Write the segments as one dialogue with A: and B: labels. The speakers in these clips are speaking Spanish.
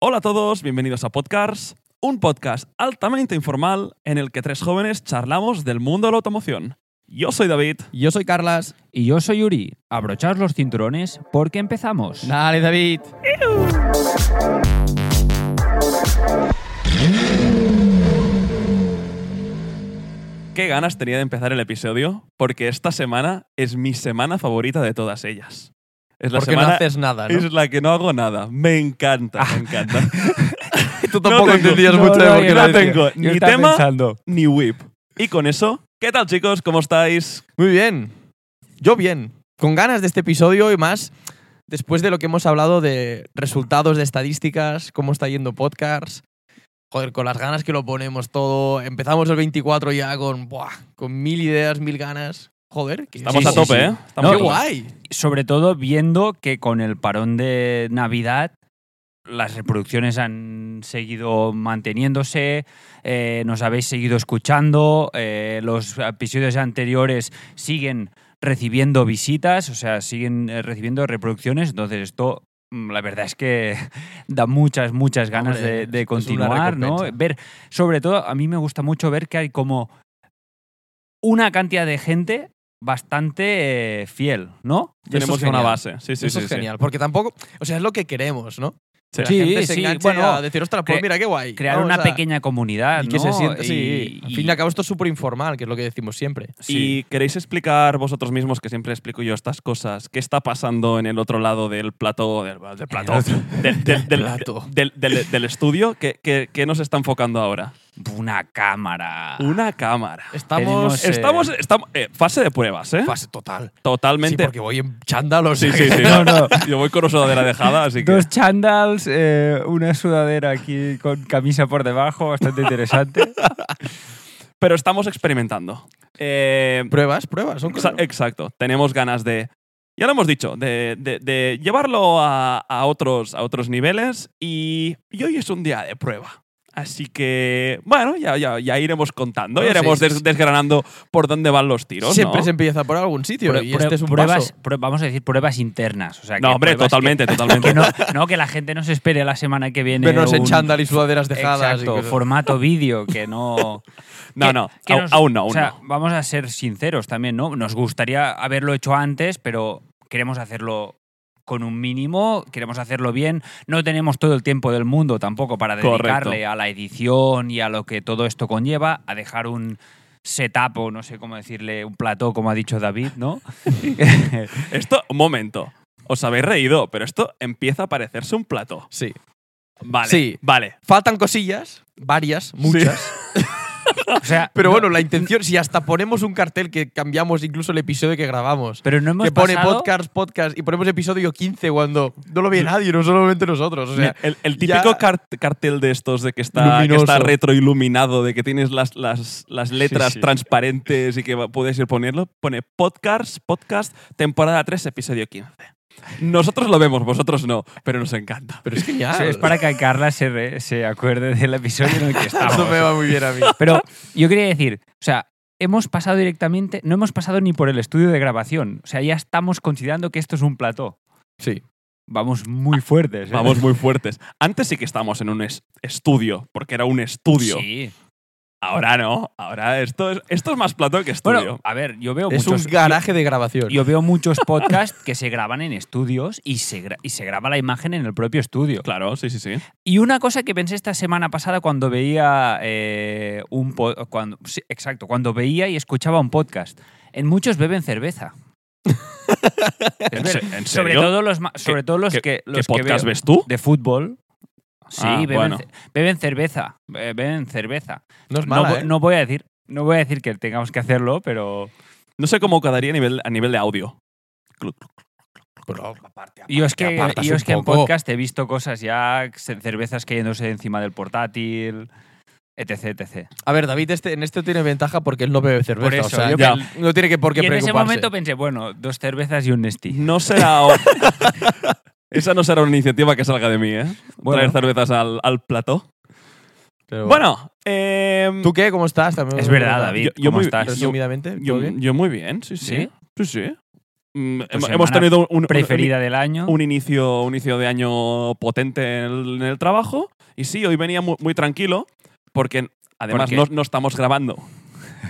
A: Hola a todos, bienvenidos a Podcasts, un podcast altamente informal en el que tres jóvenes charlamos del mundo de la automoción. Yo soy David.
B: Yo soy Carlas.
C: Y yo soy Yuri. Abrochaos los cinturones porque empezamos.
B: Dale, David.
A: Qué ganas tenía de empezar el episodio porque esta semana es mi semana favorita de todas ellas. Es
B: Porque no haces nada, ¿no?
A: Es la que no hago nada. Me encanta, me encanta.
B: Ah. Tú
A: tengo- no,
B: de
A: no,
B: por qué
A: yo no
B: lo decía.
A: tengo
C: Yo
A: ni
C: estaba
A: tema
C: pensando.
A: ni whip. Y con eso, ¿qué tal chicos? ¿Cómo estáis?
B: Muy bien. Yo bien. Con ganas de este episodio y más después de lo que hemos hablado de resultados de estadísticas, cómo está yendo podcasts. Joder, con las ganas que lo ponemos todo. Empezamos el 24 ya con, buah, con mil ideas, mil ganas. Joder, que
A: Estamos
C: Sí,
A: a
C: sí,
A: tope,
C: sí.
A: ¿eh? Estamos
C: No,
A: a
B: ¡Qué
A: tope.
B: guay!
C: Sobre todo viendo que con el parón de Navidad las reproducciones han seguido manteniéndose, eh, nos habéis seguido escuchando, eh, los episodios anteriores siguen recibiendo visitas, o sea, siguen eh, recibiendo reproducciones, entonces esto mm, la verdad es que da muchas, muchas ganas
B: Hombre,
C: de, de
B: es una
C: continuar, ¿no?
B: recompensa.
C: Ver, sobre todo, a mí me gusta mucho ver que hay como una cantidad de gente bastante eh, fiel, ¿no?
B: Eso es
A: Tenemos una
B: genial.
A: base. Sí, sí,
B: Eso
A: sí,
B: es
A: sí.
B: genial, porque tampoco, o sea, es lo que queremos, ¿no?
A: Sí.
B: Que la gente se
C: sí,
B: enganche
C: bueno,
B: a decir, ostras, pues
C: cre-
B: mira, qué guay.
C: Crear
B: Vamos
C: una
B: a-
C: pequeña comunidad,
B: Y que se
C: ¿no?
B: sienta, sí.
C: Y-
B: Al fin y al cabo, esto es súper informal, que es lo que decimos siempre.
C: sí.
A: Y queréis explicar vosotros mismos, que siempre explico yo estas cosas, qué está pasando en el otro lado del plató, del, del plató, del, del- del-
B: plató.
A: del- del- del estudio, ¿qué, qué, qué nos está enfocando ahora?
C: una cámara.
A: Una cámara.
B: Estamos.
C: Tenemos- sé.
A: Estamos, estamos eh, fase de pruebas, ¿eh?
B: Fase total. Sí,
A: Totalmente.
B: porque voy en chándal, o
A: Sí,
B: sea
A: sí,
B: que-
A: sí.
C: No, no.
A: Yo voy con oso de la dejada, así que...
C: Dos chandals, una sudadera aquí con camisa por debajo, bastante interesante.
A: Pero estamos experimentando. Eh,
B: Pruebas, pruebas, son
A: Exa-
B: cosas.
A: Exacto. Tenemos ganas de. Ya lo hemos dicho, de, de- de llevarlo a, a otros, a otros niveles. Y, y hoy es un día de prueba. Así que, bueno, ya, ya, ya iremos contando, ya
B: Bueno,
A: iremos
B: sí,
A: des-
B: sí.
A: desgranando por dónde van los tiros.
B: Siempre
A: ¿no?
B: se empieza por algún sitio y este es un
C: pruebas,
B: paso.
C: prue- vamos a decir pruebas internas. O sea,
A: No,
C: que
A: hombre,
C: pruebas
A: totalmente,
C: que-
A: totalmente.
C: que no, no, que la gente no se espere la semana que viene.
B: Vernos en
C: un-
B: chándal y sudaderas dejadas. y
C: Exacto,
B: cosas.
C: formato vídeo, que no.
A: No,
C: que-
A: no,
C: que
A: au-
C: nos-
A: aún no, aún
C: o sea,
A: no.
C: vamos a ser sinceros también, ¿no? Nos gustaría haberlo hecho antes, pero queremos hacerlo con un mínimo, queremos hacerlo bien. No tenemos todo el tiempo del mundo tampoco para
A: Correcto.
C: dedicarle a la edición y a lo que todo esto conlleva, a dejar un setup o no sé cómo decirle, un plató, como ha dicho David, ¿no?
A: Esto, un momento. Os habéis reído, pero esto empieza a parecerse un plato.
B: Sí.
A: Vale.
B: Sí.
A: Vale.
B: Faltan cosillas, varias, muchas.
C: o sea,
B: Pero
C: no-
B: bueno, la intención, si hasta ponemos un cartel que cambiamos incluso el episodio que grabamos.
C: pero no hemos
B: Que pone
C: pasado-
B: podcast, podcast y ponemos episodio 15 cuando no lo ve nadie, no solamente nosotros. O sea,
A: el, el
B: ya-
A: típico cart- cartel de estos de que está, que
B: Luminoso.
A: está retroiluminado, de que tienes las, las, las letras
C: sí.
A: transparentes y que va- puedes ir ponerlo, pone podcast, podcast, temporada 3, episodio 15. Nosotros lo vemos, vosotros no, pero nos encanta.
B: pero es
C: O sea,
B: genial.
C: es para que Carla se, re- se acuerde del episodio en el que estamos.
B: Eso me va muy bien a mí.
C: Pero yo quería decir, o sea, hemos pasado directamente, no hemos pasado ni por el estudio de grabación. O sea, ya estamos considerando que esto es un plató.
B: Sí.
C: Vamos muy fuertes. ¿eh?
A: Vamos muy fuertes. Antes sí que estábamos en un es- estudio, porque era un estudio.
C: Sí.
A: Ahora no, ahora esto es, esto es más plato que estudio.
C: Bueno, a ver, yo veo
B: Es un
C: muchos.
B: garaje de grabación.
C: Yo veo muchos podcasts que se graban en estudios y se, gra- y se graba la imagen en el propio estudio.
A: claro, sí, sí, sí.
C: Y una cosa que pensé esta semana pasada cuando veía eh, un po- cuando, sí, exacto, cuando veía y escuchaba un podcast. En muchos beben cerveza.
A: ¿En,
C: ver-
A: se- en
C: Sobre
A: serio?
C: todo los, ma- sobre todo los
A: qué-
C: que
A: ¿Qué
C: los que
A: podcast
C: veo
A: ves tú?
C: de fútbol. Sí,
A: Ah,
C: beben,
A: bueno. Pues
C: ce- beben cerveza, eh, beben cerveza.
B: no es
C: No,
B: mala,
C: vo-
B: ¿eh?
C: no voy a decir, no voy a decir que tengamos que hacerlo, pero
A: No sé cómo quedaría a nivel, a nivel de audio. Cluc, cluc.
B: Pero-
C: yo es
B: te
C: que
B: apartas
C: yo
B: un
C: es que en
B: poco.
C: podcast he visto cosas ya ce- cervezas cayéndose encima del portátil, etc, etc.
B: A ver, David este, en esto tiene ventaja porque él no bebe cerveza.
C: Por eso,
B: o sea,
C: yo
B: ya.
C: pel-
B: no tiene que por qué
C: y en
B: preocuparse.
C: ese momento pensé, bueno, dos cervezas y un Nesti.
A: No será. o- Esa no será una iniciativa que salga de mí, ¿eh?
C: Bueno.
A: Traer cervezas al, al plató.
B: Pero
A: Bueno, em,
B: ¿Tú qué? ¿Cómo estás? También
C: Es verdad, David,
A: Yo- yo
C: ¿cómo
A: muy-
C: estás?
A: yo-
B: Resumidamente, ¿todo
A: yo,
B: bien?
A: yo muy bien, sí, sí.
C: ¿Sí?
A: Sí, sí. Mm, hem-
C: semana
A: hemos tenido un, un-
C: Preferida del año.
A: un inicio, un inicio de año potente en el, en el trabajo. Y sí, hoy venía mu- muy, tranquilo porque además
C: qué?
A: no, no estamos grabando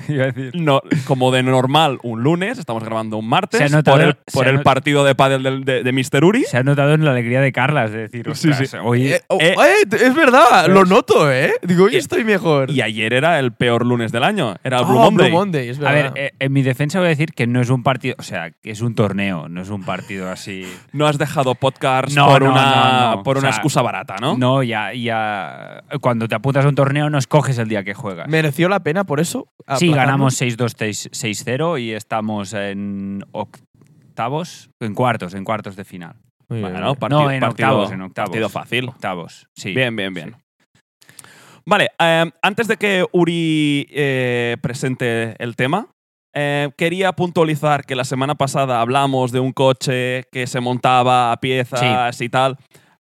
C: iba a decir.
A: no- como de normal un lunes, estamos grabando un
C: Se ha
A: martes
C: notado-
A: por el,
C: se
A: por
C: ha
A: el
C: not-
A: partido de pádel del- de, de Mr. Uri.
C: Se ha notado en la alegría de Carla, es decir,
A: Sí,
C: ostras,
A: sí.
C: hoy
B: Eh, oh,
A: eh,
B: eh, t- es verdad,
C: ¿ves?
B: lo noto, ¿eh? Digo, hoy
A: Y-
B: estoy mejor.
A: Y ayer era el peor lunes del año, era el Blue
B: Ah,
A: Monday.
B: es
C: A
B: verdad.
C: ver, eh, en mi defensa voy a decir que no es un partido, o sea, que es un torneo, no es un partido así.
A: No has dejado podcast
C: No,
A: por,
C: no,
A: una,
C: no, no.
A: por
C: O
A: una
C: sea,
A: excusa barata, ¿no?
C: No, ya, ya. Cuando te apuntas a un torneo no escoges el día que juegas.
B: ¿Mereció la pena por eso?
C: sí,
B: aplazarlo?
C: ganamos 6-2-6-0 y estamos en octavos, en cuartos, en cuartos de final.
B: Muy bien,
A: Bueno,
B: muy bien.
A: parti-
C: No, en
A: partido-
C: octavos, en octavos.
A: Partido fácil.
C: Octavos, sí.
A: Bien, bien, bien. Vale, eh, antes de que Uri eh, presente el tema, eh, quería puntualizar que la semana pasada hablamos de un coche que se montaba a piezas y tal.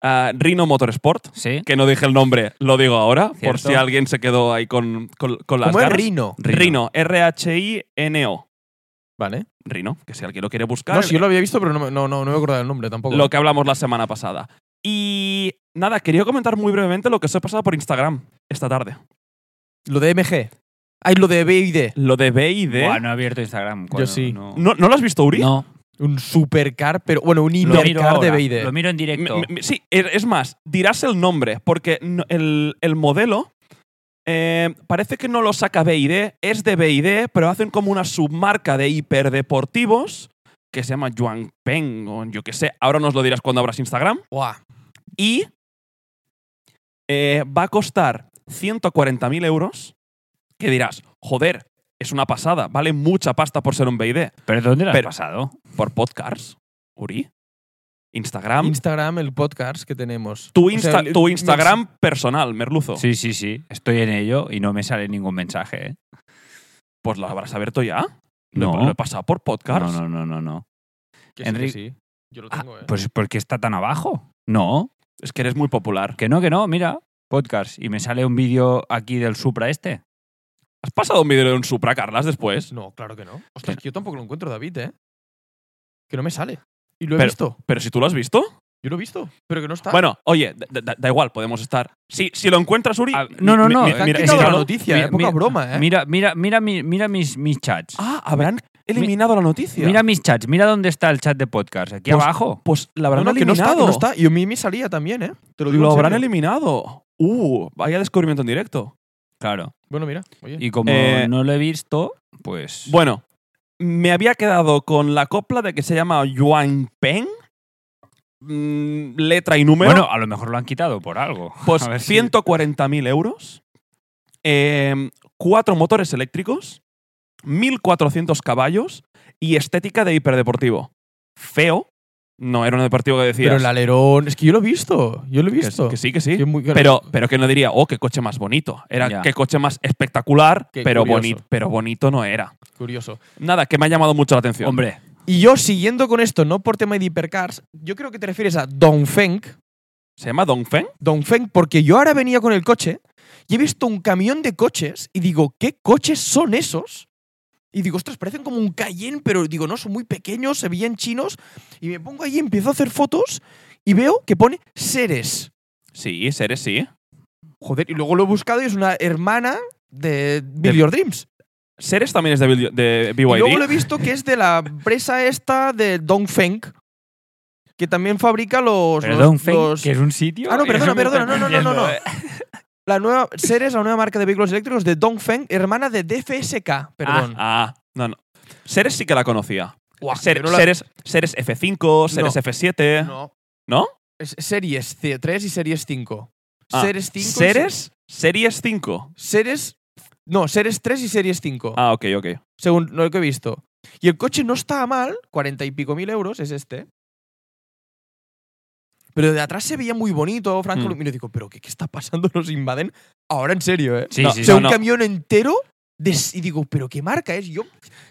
A: Ah, Rhino Motorsport,
C: Sí.
A: que no dije el nombre, lo digo ahora, por
C: Cierto.
A: si alguien se quedó ahí con, con, con las
B: Como es
A: garras.
B: Rino.
A: Rhino, R-H-I-N-O.
B: Vale.
A: Rhino, que si alguien lo quiere buscar.
B: No, si yo lo había visto, pero no, me- no, no, no me acordaba el nombre tampoco.
A: lo que hablamos la semana pasada. Y nada, quería comentar muy brevemente lo que os he pasado por Instagram esta tarde.
B: Lo de MG. Ay, lo de BID.
A: Lo de B y D.
C: Buah, no he abierto Instagram. cuando
B: sí.
C: No.
A: ¿No, ¿no lo has visto, Uri?
C: No,
B: Un supercar, pero bueno, un
C: lo miro,
B: hipercar de
C: ahora,
B: BID.
C: lo miro en
A: Me-
C: directo.
A: me- me- sí, es es más, dirás el nombre, porque no- el, el modelo eh, parece que no lo saca BID, es de BID, pero hacen como una submarca de hiperdeportivos que se llama Yuan Peng, o yo qué sé, ahora nos lo dirás cuando abras Instagram.
B: Buah.
A: Y eh, va a costar 140.000 euros, que dirás, joder, es una pasada, vale mucha pasta por ser un BID.
C: ¿Pero dónde lo has
A: Pero-
C: pasado?
A: Por podcasts, Uri, Instagram.
B: Instagram, el podcast que tenemos.
A: tu,
B: O sea,
A: Insta-
B: el-
A: tu
B: el-
A: Instagram personal, Merluzo.
C: Sí, sí, sí. Estoy en ello y no me sale ningún mensaje. ¿eh?
A: Pues lo habrás abierto ya.
C: No.
A: Lo, lo he pasado por podcast.
C: No, no, no, no, no.
B: Que sí, que
C: Enric-
B: sí. Yo lo
C: Ah,
B: tengo, eh.
C: Pues ¿por qué está tan abajo? No,
A: Es que eres muy popular.
C: que no, que no, mira, podcast. Y me sale un vídeo aquí del Supra este.
A: ¿Has pasado un vídeo de un Supra, Carlas, después?
B: No, claro que no. Ostras, que yo tampoco lo encuentro, David, ¿eh? Que no me sale. Y lo he
A: Pero-
B: visto.
A: Pero si tú lo has visto.
B: Yo lo he visto, pero que no está.
A: Bueno, oye, da, da- da igual, podemos estar. Si, si lo encuentras, Uri.
C: Ah, no, no,
A: mi-
C: no,
A: mi-
B: Te han
A: mira,
B: quitado
A: míralo.
B: la noticia,
C: Mira,
B: eh, poca
C: mira,
B: broma, ¿eh?
C: Mira, mira, mira, mi- mira mis, mis chats.
A: Ah, habrán eliminado la noticia.
C: Mira mis chats, mira dónde está el chat de podcast, aquí
A: Pues-
C: abajo.
A: pues la
B: No,
A: habrán
B: no, que no está,
A: eliminado.
B: que no está. Y a mí me salía también, ¿eh? Te lo digo.
A: Lo
B: en
A: habrán
B: serio.
A: eliminado. Uh, vaya descubrimiento en directo.
C: Claro.
B: Bueno, mira. Oye.
C: Y como
A: Eh,
C: no lo he visto, pues...
A: Bueno, me había quedado con la copla de que se llama Yuan Peng. Mm, letra y número.
C: Bueno, a lo mejor lo han quitado por algo.
A: Pues
C: A ver si-
A: 140.000 euros, eh, cuatro motores eléctricos, 1.400 caballos y estética de hiperdeportivo. Feo. No, era un deportivo que decías
B: pero el alerón. Es que yo lo he visto. Yo lo he
A: que,
B: visto.
A: que sí, que sí.
B: Que es muy-
A: Pero, pero que no diría, oh, qué coche más bonito. Era
C: Ya.
A: qué coche más espectacular,
B: Qué
A: pero,
B: curioso.
A: bonito pero bonito no era.
B: Curioso.
A: Nada, que me ha llamado mucho la atención.
C: Hombre,
B: Y yo, siguiendo con esto, no por tema de hipercars, yo creo que te refieres a Dongfeng.
A: ¿Se llama Dongfeng?
B: Dongfeng, porque yo ahora venía con el coche y he visto un camión de coches y digo, ¿qué coches son esos? Y digo, ostras, parecen como un Cayenne, pero digo, no, son muy pequeños, se veían chinos. Y me pongo ahí, empiezo a hacer fotos y veo que pone Seres.
A: Sí, Seres sí.
B: Joder, y luego lo he buscado y es una hermana de Build Your Dreams.
A: Seres también es de, Bil- de
B: Y luego lo
A: BYD.
B: he visto que es de la empresa esta de Dongfeng, que también fabrica los... pues los-
C: perdón, Feng,
B: los-
C: que es un sitio.
B: Ah, no, perdona,
C: Eso me está
B: perdona, no, no, no, no, no.
C: confundiendo,
A: Ah,
C: ¿eh?
B: La nueva Seres, la nueva marca de vehículos eléctricos de Dongfeng, hermana de DFSK, perdón.
A: Ah, no, no. Seres sí que la conocía.
B: Guau,
A: Ser-
B: yo no la-
A: seres, seres F5, Seres F7.
B: No.
A: ¿No?
B: Es series C- 3 y Series 5.
A: Ah,
B: Series 5. y
A: Seres, Series 5.
B: se- Series. No, Series 3 y Series 5,
A: Ah, ok, ok.
B: según lo que he visto. Y el coche no está mal, 40 y pico mil euros es este. Pero de atrás se veía muy bonito, Franco.
A: Mm.
B: Y yo digo, ¿pero qué, qué está pasando? Nos invaden ahora en serio, ¿eh?
C: Sí,
A: No,
C: sí,
B: O
C: sí.
B: sea,
A: no,
B: un
A: no.
B: camión entero. de- y digo, ¿pero qué marca es? Yo,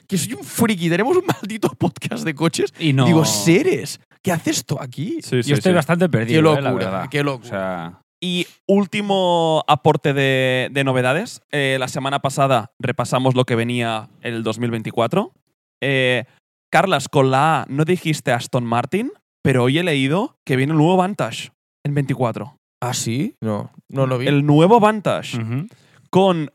B: que soy un friki, tenemos un maldito podcast de coches.
C: Y no...
B: Digo, ¿seres? ¿Qué hace esto aquí?
A: Sí, sí,
C: Yo estoy
A: sí.
C: bastante perdido,
B: Qué
C: eh, la
B: locura,
C: verdad.
B: qué
C: O
B: locura.
C: sea,
A: Y último aporte de, de novedades. Eh, la semana pasada repasamos lo que venía el 2024. Eh, Carlas, con la A no dijiste Aston Martin, pero hoy he leído que viene el nuevo Vantage en 24.
B: ¿Ah, sí? Mm. No, no lo vi.
A: El nuevo Vantage
C: Ujú.
A: con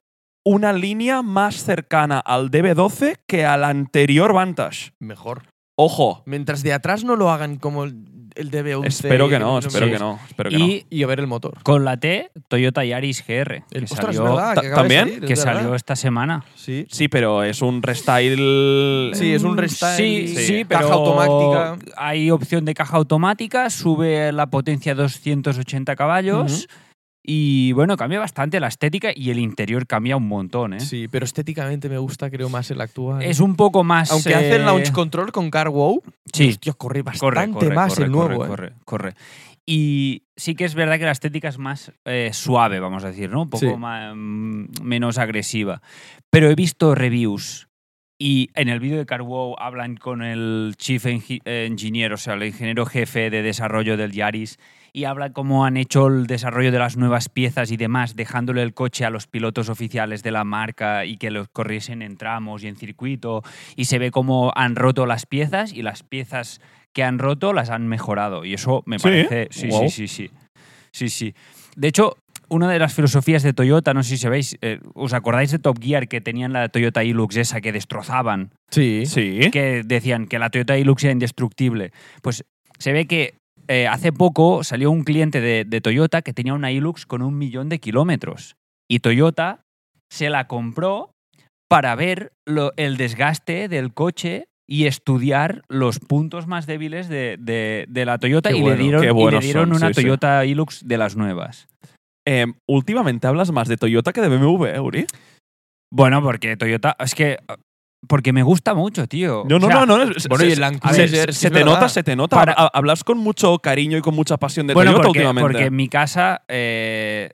A: una línea más cercana al DB12 que al anterior Vantage.
B: Mejor.
A: Ojo,
B: Mientras de atrás no lo hagan como el, el DB11.
A: espero que no, espero
B: me-
A: que no, espero que no.
B: Y, y a ver el motor.
C: Con la T, Toyota Yaris GR.
B: El,
C: que
B: ostras,
C: salió,
B: es verdad,
A: ta-
B: que acaba de
A: también,
B: salir, es
C: que
B: verdad.
C: salió esta semana.
B: Sí.
A: Sí, pero es un restyle.
B: Sí, es un
C: Mm,
B: restyle.
C: Sí,
A: Sí.
C: sí,
B: Caja
C: pero
B: automática.
C: Hay opción de caja automática, sube la potencia a 280 caballos. Y bueno, cambia bastante la estética y el interior cambia un montón. ¿eh?
B: Sí, pero estéticamente me gusta, creo, más el actual.
C: Es un poco más.
B: Aunque
C: eh,
B: hace el launch control con CarWow,
C: Sí,
B: tío, corre
C: corre,
B: bastante
C: corre,
B: más
C: corre,
B: el
C: corre,
B: nuevo. eh.
C: Corre, corre. Y sí que es verdad que la estética es más eh, suave, vamos a decir, ¿no? Un poco
B: Sí.
C: ma- mm, menos agresiva. Pero he visto reviews y en el vídeo de CarWow hablan con el chief engi- eh, engineer, o sea, el ingeniero jefe de desarrollo del Yaris, y habla cómo han hecho el desarrollo de las nuevas piezas y demás, dejándole el coche a los pilotos oficiales de la marca y que los corriesen en tramos y en circuito. Y se ve cómo han roto las piezas y las piezas que han roto las han mejorado. Y eso me
A: Sí,
C: parece.
A: ¿eh?
C: Sí,
A: Guau.
C: sí, sí, sí. Sí, sí. De hecho, una de las filosofías de Toyota, no sé si sabéis, eh, ¿os acordáis de Top Gear que tenían la Toyota Hilux esa que destrozaban?
B: Sí.
A: Sí.
C: que decían que la Toyota Hilux era indestructible. Pues se ve que eh, hace poco salió un cliente de, de Toyota que tenía una Hilux con un millón de kilómetros y Toyota se la compró para ver lo- el desgaste del coche y estudiar los puntos más débiles de, de- de la Toyota
A: Qué
C: y,
A: bueno,
C: le dieron,
A: qué
C: y le
A: buenos
C: dieron
A: son,
C: una
A: sí, sí.
C: Toyota Hilux de las nuevas.
A: Eh, últimamente hablas más de Toyota que de BMW, ¿eh, Uri.
C: Bueno, porque Toyota es que porque me gusta mucho, tío.
A: No,
C: Oh. O
A: no,
C: sea,
A: no, no. es-
B: bueno,
A: se-
B: y el Land
A: se- se-
B: Cruiser, sí
A: se
B: es
A: te
B: verdad.
A: nota, se te nota.
C: Para-
A: Ha- Hablas con mucho cariño y con mucha pasión de
C: bueno,
A: Toyota
C: porque,
A: últimamente.
C: porque en mi casa eh,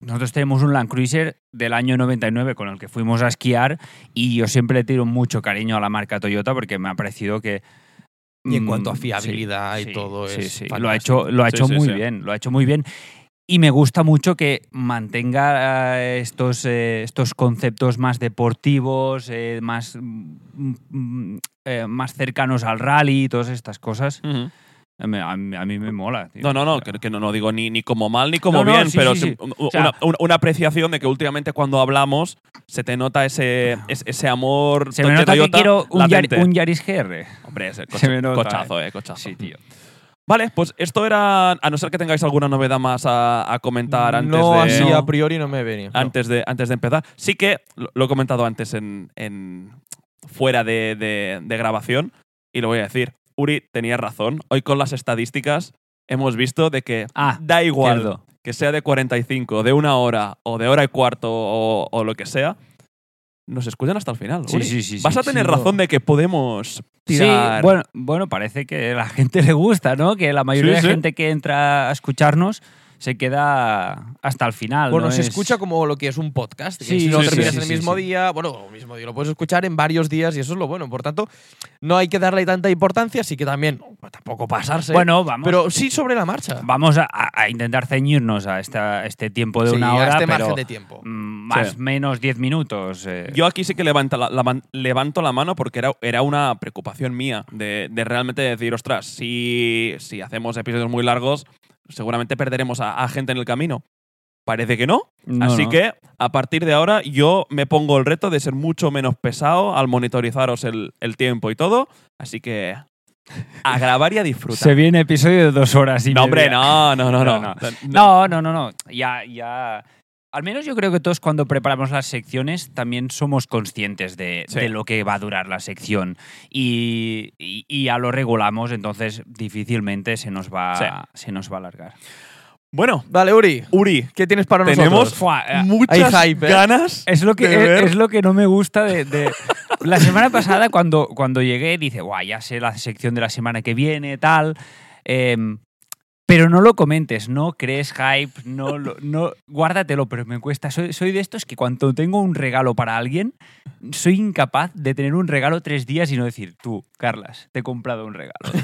C: nosotros tenemos un Land Cruiser del año 99 con el que fuimos a esquiar y yo siempre le tiro mucho cariño a la marca Toyota porque me ha parecido que
B: Y en
C: mm,
B: cuanto a
C: sí,
B: fiabilidad y
C: sí,
B: todo
C: sí,
B: es
C: sí, lo ha
B: fantástico.
C: hecho lo ha
A: Sí,
C: hecho
A: sí,
C: muy
A: sí.
C: bien, lo ha hecho muy bien. Y me gusta mucho que mantenga eh, estos, eh, estos conceptos más deportivos, eh, más, mm, mm, eh, más cercanos al rally y todas estas cosas.
A: Ujú.
C: A mí, a mí- a mí me mola. tío.
A: No, no,
C: O
A: no,
C: sea,
A: que, que no, no digo ni, ni como mal ni como
C: No, no,
A: bien,
C: sí,
A: pero
C: sí,
A: sí,
C: sí.
A: un-
C: sea-
A: una, un- una apreciación de que últimamente cuando hablamos se te nota ese, es- ese amor
C: Ah. Se me
A: de
C: nota que
A: Toyota
C: quiero un, Yar-
A: latente.
C: un Yaris GR.
A: Hombre, ese
C: se
A: coche,
C: me nota,
A: cochazo, eh, cochazo.
C: Sí, tío.
A: Vale, pues esto era, a no ser que tengáis alguna novedad más a, a comentar antes
B: no
A: de...
B: así
A: No.
B: a priori no me venía.
A: antes, de, antes de empezar. Sí que lo, lo he comentado antes en, en- fuera de, de- de grabación y lo voy a decir. Uri tenía razón. Hoy con las estadísticas hemos visto de que
C: Ah,
A: da igual
C: Guardo.
A: que sea de 45, de una hora o de hora y cuarto o, o lo que sea. Nos escuchan hasta el final.
C: Sí,
A: Uri.
C: sí, sí, sí,
A: Vas a tener
B: sí, no.
A: razón de que podemos
C: Sí,
A: tirar.
C: bueno, bueno, parece que a la gente le gusta, ¿no? Que la mayoría
A: Sí,
C: de
A: sí.
C: gente que entra a escucharnos se queda hasta el final.
B: Bueno,
C: ¿no?
B: se
C: Es-
B: escucha como lo que es un podcast. que
C: Sí,
B: si lo
A: sí,
B: terminas
A: sí,
B: en el
C: sí,
B: mismo
C: sí.
B: día, bueno, o mismo día, lo puedes escuchar en varios días y eso es lo bueno. Por tanto, no hay que darle tanta importancia, así que también pues, tampoco pasarse.
C: Bueno, vamos,
B: pero sí sobre la marcha.
C: vamos a, a intentar ceñirnos a, esta, a este tiempo de
B: Sí,
C: una
B: a
C: hora,
B: este
C: pero
B: margen de tiempo.
C: mm, más
A: Sí.
C: menos 10 minutos. eh.
A: Yo aquí sí que levanta la- la man- levanto la mano porque era, era una preocupación mía de, de realmente decir, ostras, si, si hacemos episodios muy largos, seguramente perderemos a, a gente en el camino. Parece que no.
C: No,
A: Así
C: no.
A: que a partir de ahora yo me pongo el reto de ser mucho menos pesado al monitorizaros el, el tiempo y todo. Así que a grabar y a
C: se
A: disfrutar.
C: viene episodio de dos horas y
A: No, hombre,
C: media.
A: no, no, no, no.
C: No,
A: No,
C: No, no, no, no. Ya, ya. Al menos yo creo que todos cuando preparamos las secciones también somos conscientes de,
A: Sí.
C: de lo que va a durar la sección y, y- y ya lo regulamos, entonces difícilmente se nos va, se nos va a alargar.
A: Bueno,
B: Vale, Uri,
A: Uri,
B: ¿qué tienes para
A: tenemos
B: nosotros?
C: Fua, eh,
A: muchas
B: Hay hype, ¿eh?
A: ganas.
C: Es lo que
A: de ver.
C: es, es lo que no me gusta de, de- la semana pasada cuando, cuando llegué dije, guau, ya sé la sección de la semana que viene, tal. Em, pero no lo comentes, no crees hype, no, lo- no guárdatelo, pero me cuesta. Soy, soy de estos que cuando tengo un regalo para alguien, soy incapaz de tener un regalo tres días y no decir, tú, Carlas, te he comprado un regalo. tío".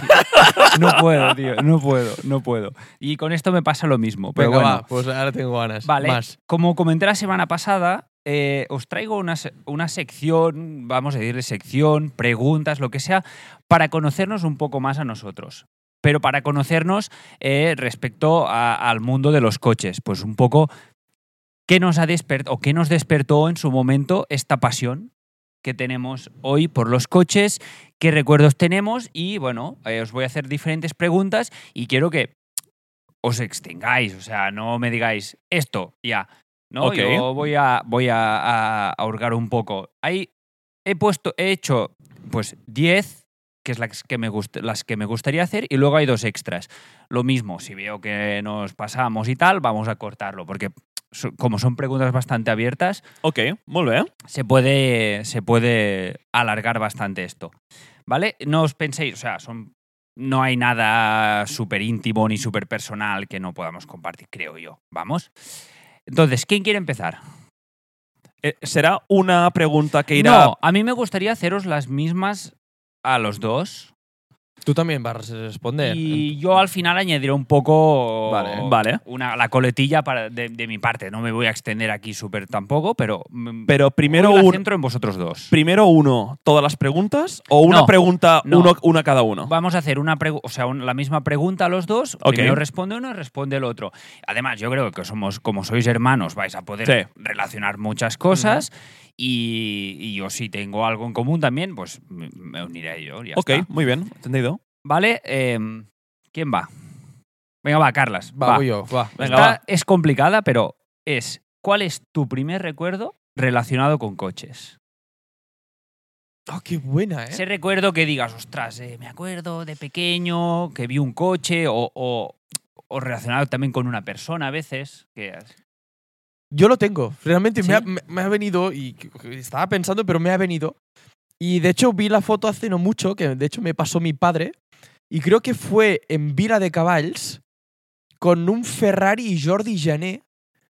C: No puedo, tío, no puedo, no puedo. Y con esto me pasa lo mismo. Pero
B: Venga,
C: bueno,
B: va, pues ahora tengo ganas.
C: Vale.
B: Más.
C: Como comenté la semana pasada, eh, os traigo una, se- una sección, vamos a decirle sección, preguntas, lo que sea, para conocernos un poco más a nosotros. Pero para conocernos eh, respecto a- al mundo de los coches, pues un poco qué nos ha despertado o qué nos despertó en su momento esta pasión que tenemos hoy por los coches, qué recuerdos tenemos y bueno, eh, os voy a hacer diferentes preguntas y quiero que os extingáis, o sea, no me digáis esto ya. No,
A: Ok.
C: yo voy a voy a, a- a hurgar un poco. Ahí he puesto he hecho pues 10 que es las que, me gust- las que me gustaría hacer, y luego hay dos extras. Lo mismo, si veo que nos pasamos y tal, vamos a cortarlo, porque so- como son preguntas bastante abiertas,
A: Ok, molt bé.
C: se puede, se puede alargar bastante esto. ¿Vale? No os penséis, o sea, son, no hay nada súper íntimo ni súper personal que no podamos compartir, creo yo. ¿Vamos? Entonces, ¿quién quiere empezar?
A: Eh, serà una pregunta que irà...
C: No, a mí me gustaría haceros las mismas a los dos.
B: Tú también vas a responder.
C: Y yo al final añadiré un poco
B: Vale.
A: Vale.
C: Una, la coletilla para, de, de mi parte. No me voy a extender aquí súper tampoco, pero, mm,
A: Pero primero,
C: hoy la
A: un,
C: centro en vosotros dos.
A: primero uno, todas las preguntas, o una
C: No,
A: pregunta,
C: no.
A: Uno, una cada uno.
C: Vamos a hacer una pregu- o sea, un- la misma pregunta a los dos.
A: Ok.
C: Primero responde uno y responde el otro. Además, yo creo que somos, como sois hermanos, vais a poder
A: Sí.
C: relacionar muchas cosas. y, y yo si tengo algo en común también, pues me, me uniré yo. ya
A: ok,
C: está.
A: muy bien, entendido.
C: Vale, em, ¿quién va? Venga, va, Carlas.
B: Va, voy yo, va.
A: Venga,
C: Esta
A: va.
C: es complicada, pero es ¿cuál es tu primer recuerdo relacionado con coches?
B: Oh, qué buena, ¿eh?
C: Ese recuerdo que digas, ostras, eh, me acuerdo de pequeño que vi un coche o, o- o relacionado también con una persona a veces. Que has-
B: Yo lo tengo. Realmente
C: ¿Sí?
B: me, ha, me- me ha venido y que- que estaba pensando, pero me ha venido. Y de hecho vi la foto hace no mucho, que de hecho me pasó mi padre. Y creo que fue en Vila de Cavalls con un Ferrari y Jordi Janet.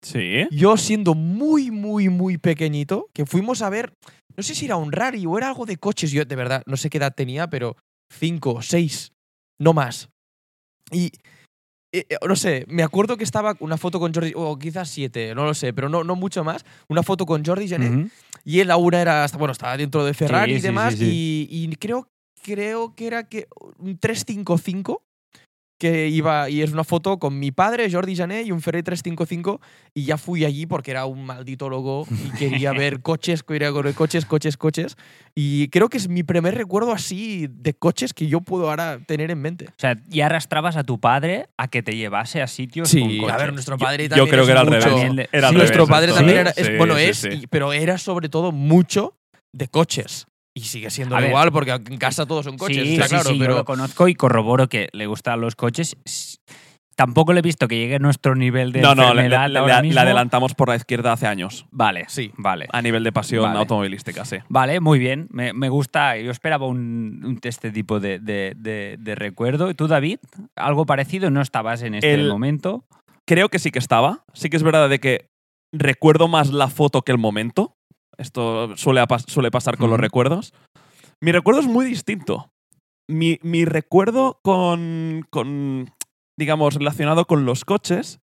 A: Sí.
B: Yo siendo muy, muy, muy pequeñito, que fuimos a ver, no sé si era un rally o era algo de coches. Yo de verdad no sé qué edad tenía, pero cinco, seis, no más. Y eh, eh, no sé, me acuerdo que estaba una foto con Jordi, o quizás siete, no lo sé, pero no, no mucho más. Una foto con Jordi Janet
C: Ujú.
B: y él aún era, bueno, estaba dentro de Ferrari
C: Sí,
B: y
C: sí,
B: demás.
C: sí,
B: Y, y creo, creo que era que un 355 que iba, y es una foto con mi padre, Jordi Janet, y un Ferrari 355. Y ya fui allí porque era un maldito loco y quería ver coches, quería ver coches, coches, coches. Y creo que es mi primer recuerdo así de coches que yo puedo ahora tener en mente.
C: O sea, ya arrastrabas a tu padre a que te llevase a sitios con coches.
B: a ver, nuestro
A: Yo-
B: padre
A: yo,
B: también
A: creo
B: es
A: que era al
B: mucho-
A: revés.
C: También-
A: Era al
C: Sí,
A: revés
B: nuestro padre
A: esto,
B: también
A: ¿eh?
B: era, es-
A: Sí,
B: bueno,
A: sí,
B: es,
A: sí.
B: y- pero era sobre todo mucho de coches. Y sigue siendo
C: A ver.
B: igual, porque en casa todos son coches,
C: Sí,
B: está
C: sí,
B: claro,
C: sí, yo
B: pero
C: lo conozco y corroboro que le gustan los coches. S- Tampoco le he visto que llegue a nuestro nivel de
A: No, no, le,
C: enfermedad
A: le-
C: ahora
A: le-
C: mismo.
A: le adelantamos por la izquierda hace años,
C: Vale,
B: Sí.
C: vale.
A: a nivel de pasión
C: Vale.
A: automovilística, sí.
C: Vale, muy bien. Me, me gusta. Yo esperaba un, un- este tipo de, de- de- de recuerdo. ¿Y tú, David? ¿Algo parecido? ¿No estabas en este
A: El-
C: momento?
A: Creo que sí que estaba. Sí que es verdad de que recuerdo más la foto que el momento. Esto suele, apa- suele pasar con los
C: Ujú.
A: recuerdos. Mi recuerdo es muy distinto. Mi, mi recuerdo con, con, digamos, relacionado con los coches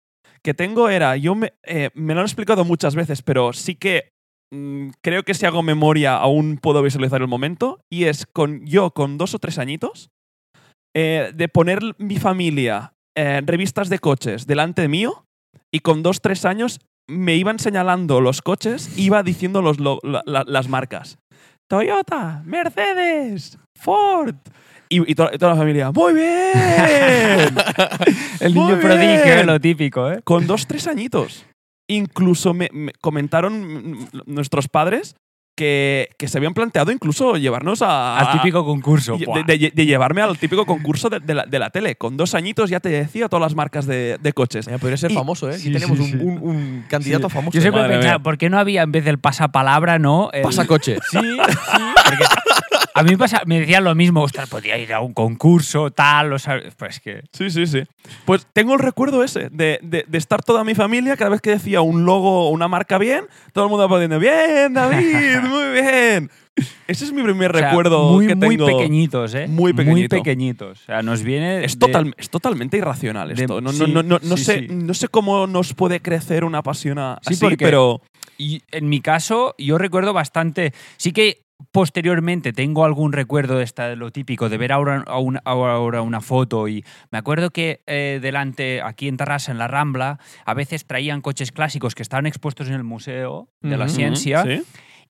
A: que tengo era, yo me, eh, me lo han explicado muchas veces, pero sí que mm, creo que si hago memoria aún puedo visualizar el momento, y es con yo con dos o tres añitos, eh, de poner l- mi familia eh, revistas de coches delante mío y con dos tres años me iban señalando los coches, iba diciendo los lo- la- la- las marcas. Toyota, Mercedes, Ford. Y, y to- y toda la familia, ¡muy bien!
C: El
A: Muy
C: niño prodigio,
A: bien.
C: lo típico, ¿eh?
A: Con dos, tres añitos. Incluso me, me comentaron mm, nuestros padres que, que se habían planteado incluso llevarnos a...
C: Al típico concurso.
A: Ah. de-
C: Buah.
A: De, de llevarme al típico concurso de, de la, de la tele. Con dos añitos ya te decía todas las marcas de, de coches.
B: Mira, podría ser
A: Y-
B: famoso, ¿eh?
C: sí,
B: Aquí tenemos
C: sí,
B: un,
C: sí.
B: un- un candidato famoso.
C: Yo siempre
A: Madre
C: pensaba,
A: mía.
C: ¿por qué no había en vez del pasapalabra, no? El-
B: Pasa coche.
C: Sí, sí. Porque A mí pasa, me decían lo mismo, ostras, podría ir a un concurso, tal, o sea, pues que...
A: Sí, sí, sí. Pues tengo el recuerdo ese de, de- de estar toda mi familia, cada vez que decía un logo o una marca bien, todo el mundo aplaudiendo, bien, David, muy bien. Ese es mi primer
C: o sea,
A: recuerdo
C: muy,
A: que
C: muy
A: tengo.
C: pequeñitos, ¿eh?
A: Muy pequeñito.
C: Muy pequeñitos. O sea, nos viene...
A: Es,
C: de-
A: total- es totalmente irracional
C: de-
A: esto. No, no,
C: sí,
A: no, no, no
C: sí,
A: sé,
C: sí.
A: no sé cómo nos puede crecer una pasión a-
C: Sí,
A: así,
C: porque-
A: pero
C: Y en mi caso, yo recuerdo bastante. Sí que posteriormente tengo algún recuerdo de, esta, de lo típico, de ver ahora, a una- ahora una foto. Y me acuerdo que eh, delante, aquí en Tarrasa, en la Rambla, a veces traían coches clásicos que estaban expuestos en el Museo de la
B: Ujú.
C: Ciencia.
A: ¿Mm? Sí.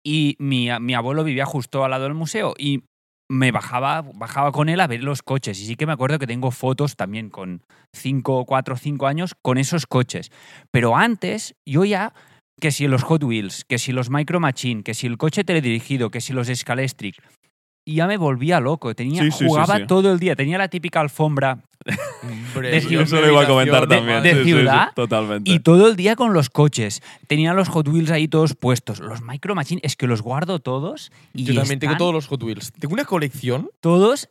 C: Y mi, mi abuelo vivía justo al lado del museo. Y me bajaba, bajaba con él a ver los coches. Y sí que me acuerdo que tengo fotos también con 5, 4, 5 años con esos coches. Pero antes yo ya, que si los Hot Wheels, que si los Micro Machine, que si el coche teledirigido, que si los Scalestric. Y ya me volvía loco. Tenía,
A: Sí, sí, sí,
C: jugaba
A: sí.
C: todo el día. Tenía la típica alfombra
B: Hombre,
C: De
B: yo
C: ciudad.
A: Eso lo iba a comentar
B: habitación, de-
A: también.
C: de
A: sí, sí, sí,
C: ciudad
A: totalmente.
C: y todo el día con los coches. Tenía los Hot Wheels ahí todos puestos. Los Micro Machine, es que los guardo todos. Y
B: Yo también tengo
C: están
B: todos los Hot Wheels. Tengo una colección.
C: todos.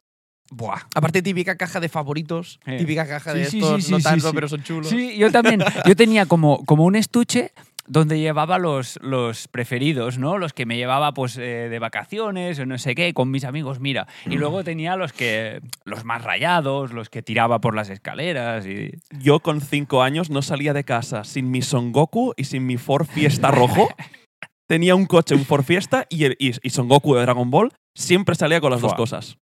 C: Buah.
B: Aparte, típica caja de favoritos.
C: Eh.
B: Típica caja
C: Sí,
B: de
C: sí,
B: estos,
C: sí,
B: no
C: sí,
B: tanto,
C: sí.
B: pero son chulos.
C: Sí, yo también. Yo tenía como, como un estuche donde llevaba los, los preferidos, ¿no? Los que me llevaba pues eh, de vacaciones o no sé qué, con mis amigos, mira. Y luego tenía los que los más rayados, los que tiraba por las escaleras y
A: Yo con cinco años no salía de casa sin mi Son Goku y sin mi Ford Fiesta rojo. Tenía un coche, un Ford Fiesta y, el- y, y Son Goku de Dragon Ball. Siempre salía con las dos
C: Fua.
A: cosas.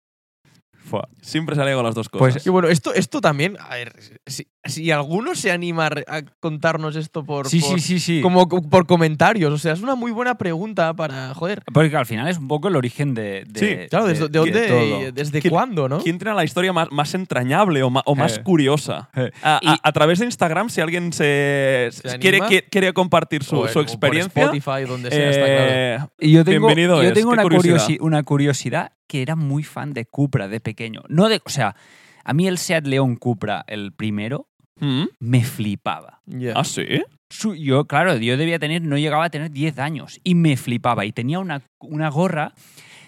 A: Siempre salía con las dos
C: Pues-
A: cosas.
B: Y bueno, esto, esto también, a ver, si, si alguno se anima a re- a contarnos esto por,
C: Sí,
B: por-
C: sí, sí, sí.
B: como co- por comentarios, o sea, es una muy buena pregunta para, joder,
C: Porque al final es un poco el origen de... de-
A: Sí,
B: claro,
C: de-
B: ¿desde
C: de
B: de dónde
C: todo.
B: y desde
A: ¿Quién-
B: cuándo, no?
A: ¿Quién tiene la historia más, más entrañable o, ma- o más
C: Eh.
A: curiosa?
C: Eh.
A: A, a-
C: Y-
A: a través de Instagram, si alguien se,
B: ¿Se
A: quiere,
B: anima?
A: qui- quiere compartir su,
B: O-
A: su
B: o por
A: experiencia,
B: Spotify, donde sea, está claro.
A: eh,
C: Y yo tengo,
A: Bienvenido
C: yo
A: es,
C: tengo
A: qué
C: una,
A: curiosidad.
C: curiosi- una curiosidad que era muy fan de Cupra de pequeño. No de, o sea, a mí el Seat León Cupra, el primero,
A: ¿Mm?
C: me flipaba.
B: Ya.
A: ¿Ah, sí?
C: Su- Yo, claro, yo debía tener, no llegaba a tener 10 años y me flipaba. Y tenía una, una gorra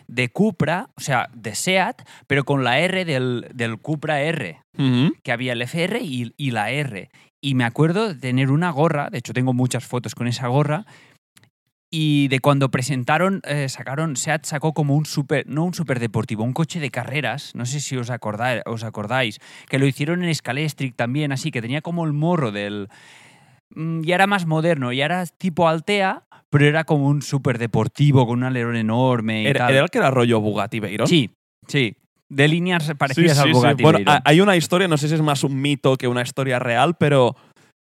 C: de Cupra, o sea, de Seat, pero con la R del, del Cupra R,
A: ¿Mm?
C: que había el FR y, y la R. Y me acuerdo de tener una gorra, de hecho tengo muchas fotos con esa gorra, y de cuando presentaron, eh, sacaron, Seat sacó como un super, no un super deportivo, un coche de carreras, no sé si os, acorda- os acordáis, que lo hicieron en Scalestric también, así que tenía como el morro del... mm, Y era más moderno, y era tipo Altea, pero era como un super deportivo con un alerón enorme y
A: ¿Era,
C: tal.
A: era el que era rollo Bugatti Veyron?
C: Sí, sí. De líneas
A: Sí,
C: parecidas
A: sí,
C: al
A: sí.
C: Bugatti.
A: Bueno,
C: Veyron.
A: a- hay una historia, no sé si es más un mito que una historia real, pero